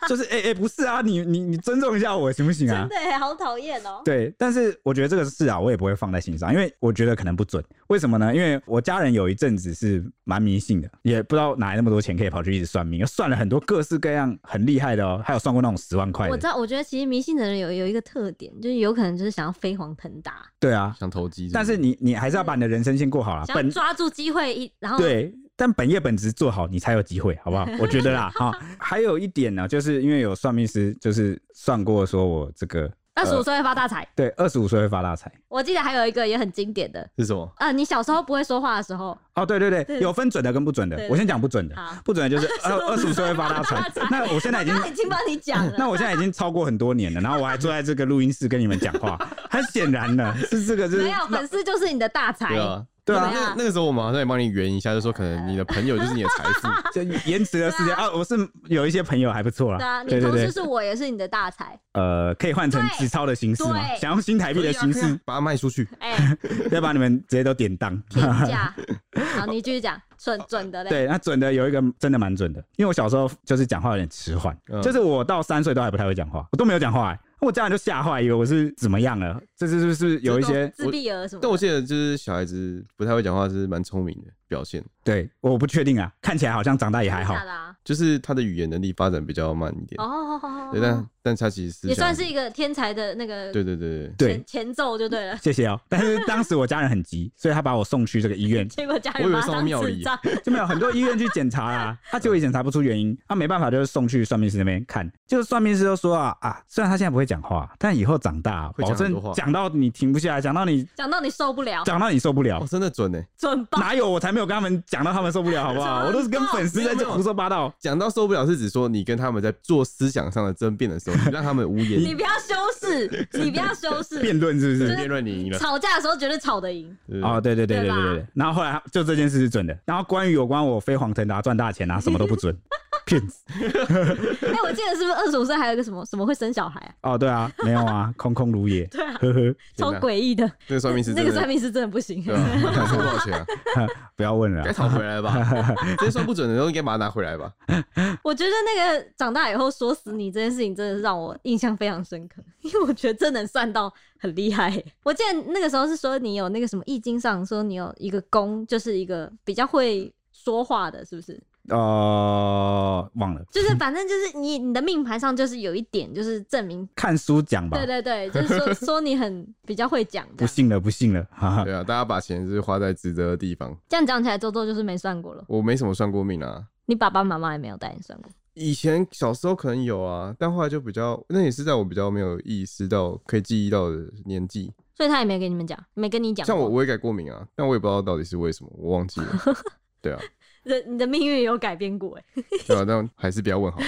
Speaker 2: 就是哎哎、欸不是啊，你你你尊重一下我行不行啊
Speaker 1: 真？的耶好讨厌哦。
Speaker 2: 对，但是我觉得这个事啊，我也不会放在心上，因为我觉得可能不准。为什么呢？因为我家人有一阵子是蛮迷信的，也不知道哪来那么多钱可以跑去一直算命，算了很多各式各样很厉害的哦，还有算过那种十万块
Speaker 1: 我知
Speaker 2: 的。
Speaker 1: 道，我觉得其实迷信的人有有一个特点，就是有可能就是想要飞黄腾达，
Speaker 2: 对啊，
Speaker 3: 想投机不，
Speaker 2: 但是你你还是要把你的人生先过好啦，
Speaker 1: 想要
Speaker 2: 啊本
Speaker 1: 抓住机会一，然后
Speaker 2: 对，但本业本职做好，你才有机会，好
Speaker 1: *laughs*
Speaker 2: 不好？我觉得啦，哈。还有一点呢，就是因为有算命师就是算过，说我这个
Speaker 1: 二十五岁会发大财。
Speaker 2: 对二十五岁会发大财。
Speaker 1: 我记得还有一个也很经典的，
Speaker 3: 是什么？
Speaker 1: 呃，你小时候不会说话的时候，
Speaker 2: 哦，对对对，
Speaker 1: 对
Speaker 2: 有分准的跟不准
Speaker 1: 对
Speaker 2: 的。
Speaker 1: 对
Speaker 2: 我先讲不准的
Speaker 1: 好，
Speaker 2: 不
Speaker 1: *laughs*
Speaker 2: 准的就是二二十五岁会发大
Speaker 1: 发
Speaker 2: 财
Speaker 1: 大财。
Speaker 2: 那我
Speaker 1: *laughs*
Speaker 2: 现在已经
Speaker 1: 我刚刚已经帮你讲了。
Speaker 2: 那我现在已经超过很多年了，然后我还坐在这个录音室跟你们讲
Speaker 1: *laughs*
Speaker 2: 话，很显然呢，是这个就是
Speaker 1: 没有啊粉丝就是你的大财
Speaker 3: 对，啊，
Speaker 2: 对
Speaker 1: 啊
Speaker 3: 那那那个时候我马上也帮你圆一下，就说可能你的朋友就是你的财
Speaker 1: *laughs*
Speaker 3: 富，
Speaker 2: 就延迟了时间啊。我是有一些朋友还不错
Speaker 1: 对
Speaker 2: 啦，
Speaker 1: 啊，
Speaker 2: 对
Speaker 1: 你
Speaker 2: 对
Speaker 1: 同事
Speaker 2: 对，
Speaker 1: 是我也是你的大财，
Speaker 2: 呃，可以换成
Speaker 1: 对
Speaker 2: 纸钞的形式吗？
Speaker 1: 对
Speaker 2: 想用新台币的形式，
Speaker 3: 把它卖
Speaker 1: *laughs*
Speaker 3: 出去。
Speaker 1: 哎，
Speaker 2: *laughs* 要把你们直接都典当。
Speaker 1: 评价。好，你继续讲，准
Speaker 2: 哦
Speaker 1: 准的嘞。
Speaker 2: 对，那准的有一个真的蛮准的，因为我小时候就是讲话有点迟缓，
Speaker 3: 嗯
Speaker 2: 就是我到三岁都还不太会讲话，我都没有讲话、欸，我家人就吓坏，以为我是怎么样了，这是不是有一些？
Speaker 1: 自闭儿什么的？
Speaker 3: 但我记得就是小孩子不太会讲话，是蛮聪明的表现，
Speaker 2: 对，我不确定啊，看起来好像长大也还好
Speaker 1: 真的，假的啊
Speaker 3: 就是他的语言能力发展比较慢一点。
Speaker 1: 哦，
Speaker 3: 对，但但他其实思
Speaker 1: 也
Speaker 3: 想
Speaker 1: 算是一个天才的那个
Speaker 3: 对对对对。
Speaker 2: 对
Speaker 1: 前，前奏就对了。
Speaker 2: 谢
Speaker 3: *laughs*
Speaker 2: 谢哦、但是当时我家人很急，所以他把我送去这个医院，
Speaker 1: 结果家
Speaker 3: 我
Speaker 1: 人
Speaker 3: 以为
Speaker 1: 马
Speaker 3: 是
Speaker 1: 上
Speaker 3: 到庙
Speaker 1: 智
Speaker 3: 里
Speaker 1: 障，
Speaker 2: 就没有很多医院去检查啦，他结果也检查不出原因，他没办法就是送去算命师那边看，就是算命师就说啊啊，虽然他现在不会讲话，但以后长大
Speaker 3: 会
Speaker 2: 保
Speaker 3: 讲很
Speaker 2: 证
Speaker 3: 多话
Speaker 2: 讲到你停不下来，讲到你
Speaker 1: 讲到你受不了，
Speaker 2: *laughs* 讲到你受不了
Speaker 3: 哦，，真的准呢！
Speaker 1: 准爆！
Speaker 2: 哪有我才没有跟他们讲到他们受
Speaker 1: *laughs*
Speaker 2: 不了，好不好？
Speaker 1: 什么
Speaker 2: 我都是跟粉丝在这胡说八道。
Speaker 3: 讲到受不了，是指说你跟他们在做思想上的争辩的时候，你让他们
Speaker 1: *laughs*
Speaker 3: 无
Speaker 1: 你
Speaker 3: 言，
Speaker 1: 不要修饰，你不要修饰。
Speaker 2: 辩论是不
Speaker 3: 你
Speaker 2: 是？
Speaker 3: 辩论你赢了。
Speaker 1: 吵架的时候绝对吵得赢，
Speaker 3: 对
Speaker 2: 哦，，对对对对
Speaker 1: 对
Speaker 2: 对
Speaker 1: 吧
Speaker 2: 对对。然后后来就这件事是准的。然后关于有关我飞黄腾达赚大钱啊，什么都
Speaker 1: *laughs*
Speaker 2: 不准，骗子。
Speaker 1: 哎、我记得是不是二十五岁还有一个什么什么会生小孩啊？
Speaker 2: 哦，对啊，没有
Speaker 1: *laughs*
Speaker 2: 啊，空空如也。
Speaker 1: 对啊，
Speaker 2: 呵呵，
Speaker 1: 超诡异的。
Speaker 3: 那个算命师
Speaker 1: 那
Speaker 3: 真
Speaker 1: 个
Speaker 3: 的
Speaker 1: 算命师真的不行。
Speaker 3: 对啊，你看收多少
Speaker 1: *laughs*
Speaker 3: 钱啊？
Speaker 2: 不要问了
Speaker 3: 该
Speaker 2: 啊。
Speaker 3: 讨回来了吧？这些算不准的都应该把它拿回来吧？
Speaker 1: 我觉得那个长大以后说死你这件事情，真的是让我印象非常深刻，因为我觉得这能算到很厉害耶。我记得那个时候是说你有那个什么易经上说你有一个宫，就是一个比较会说话的，是不是？
Speaker 2: 呃，忘了
Speaker 1: 就是反正就是你你的命盘上就是有一点就是证明，
Speaker 2: 看书讲吧
Speaker 1: 对。对对，就是
Speaker 3: *laughs*
Speaker 1: 说说你很比较会讲这
Speaker 2: 不
Speaker 1: 样。
Speaker 2: 信了，不信了，哈哈。
Speaker 3: 对啊，大家把钱是花在值得的地方。
Speaker 1: 这样讲起来，周周就是没算过了。
Speaker 3: 我没什么算过命啊，
Speaker 1: 你爸爸妈妈也没有带你算过，
Speaker 3: 以前小时候可能有啊，但后来就比较，那也是在我比较没有意识到可以记忆到的年纪。
Speaker 1: 所以他也没跟你们讲，没跟你讲过。
Speaker 3: 像我，我也改过名啊，但我也不知道到底是为什么，我忘记
Speaker 1: *laughs*
Speaker 3: 了。对啊，
Speaker 1: 人你的命运有改变过哎。
Speaker 3: 对啊，但还是不要问
Speaker 1: *laughs*
Speaker 3: 好了。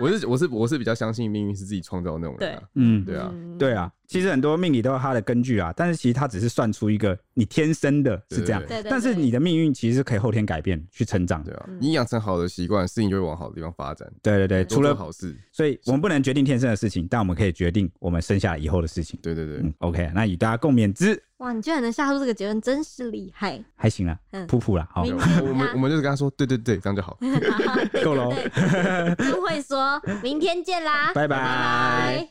Speaker 3: 我是我是我是比较相信命运是自己创造的那种人啊。
Speaker 2: 嗯，
Speaker 3: 对啊
Speaker 1: 嗯
Speaker 2: 对啊，其实很多命理都有它的根据啊，但是其实它只是算出一个你天生的是这样
Speaker 3: 对
Speaker 1: 对，对
Speaker 2: 但是
Speaker 1: 对
Speaker 2: 你的命运其实是可以后天改变去成长
Speaker 3: 对
Speaker 2: 的。
Speaker 3: 啊
Speaker 1: 嗯，
Speaker 3: 你养成好的习惯，事情就会往好的地方发展。
Speaker 2: 对对
Speaker 4: 嗯
Speaker 2: 对，
Speaker 3: 多
Speaker 2: 除了
Speaker 3: 做好事，
Speaker 2: 所以我们不能决定天生的事情，但我们可以决定我们生下以后的事情。
Speaker 3: 对对对
Speaker 2: 嗯，，OK，那与大家共勉之，
Speaker 1: 哇，你居然能下出这个结论，真是厉害！ *laughs*
Speaker 2: 还行啦，
Speaker 1: 嗯
Speaker 2: 普普啦，好
Speaker 1: 明
Speaker 3: 对，
Speaker 1: 天
Speaker 3: 我我们
Speaker 1: 啊
Speaker 3: 我们就是跟他说，对对对，这样就好。
Speaker 2: *laughs* 够了哦，
Speaker 1: 对，真会说，明天见啦，
Speaker 2: *laughs* 拜拜
Speaker 1: 拜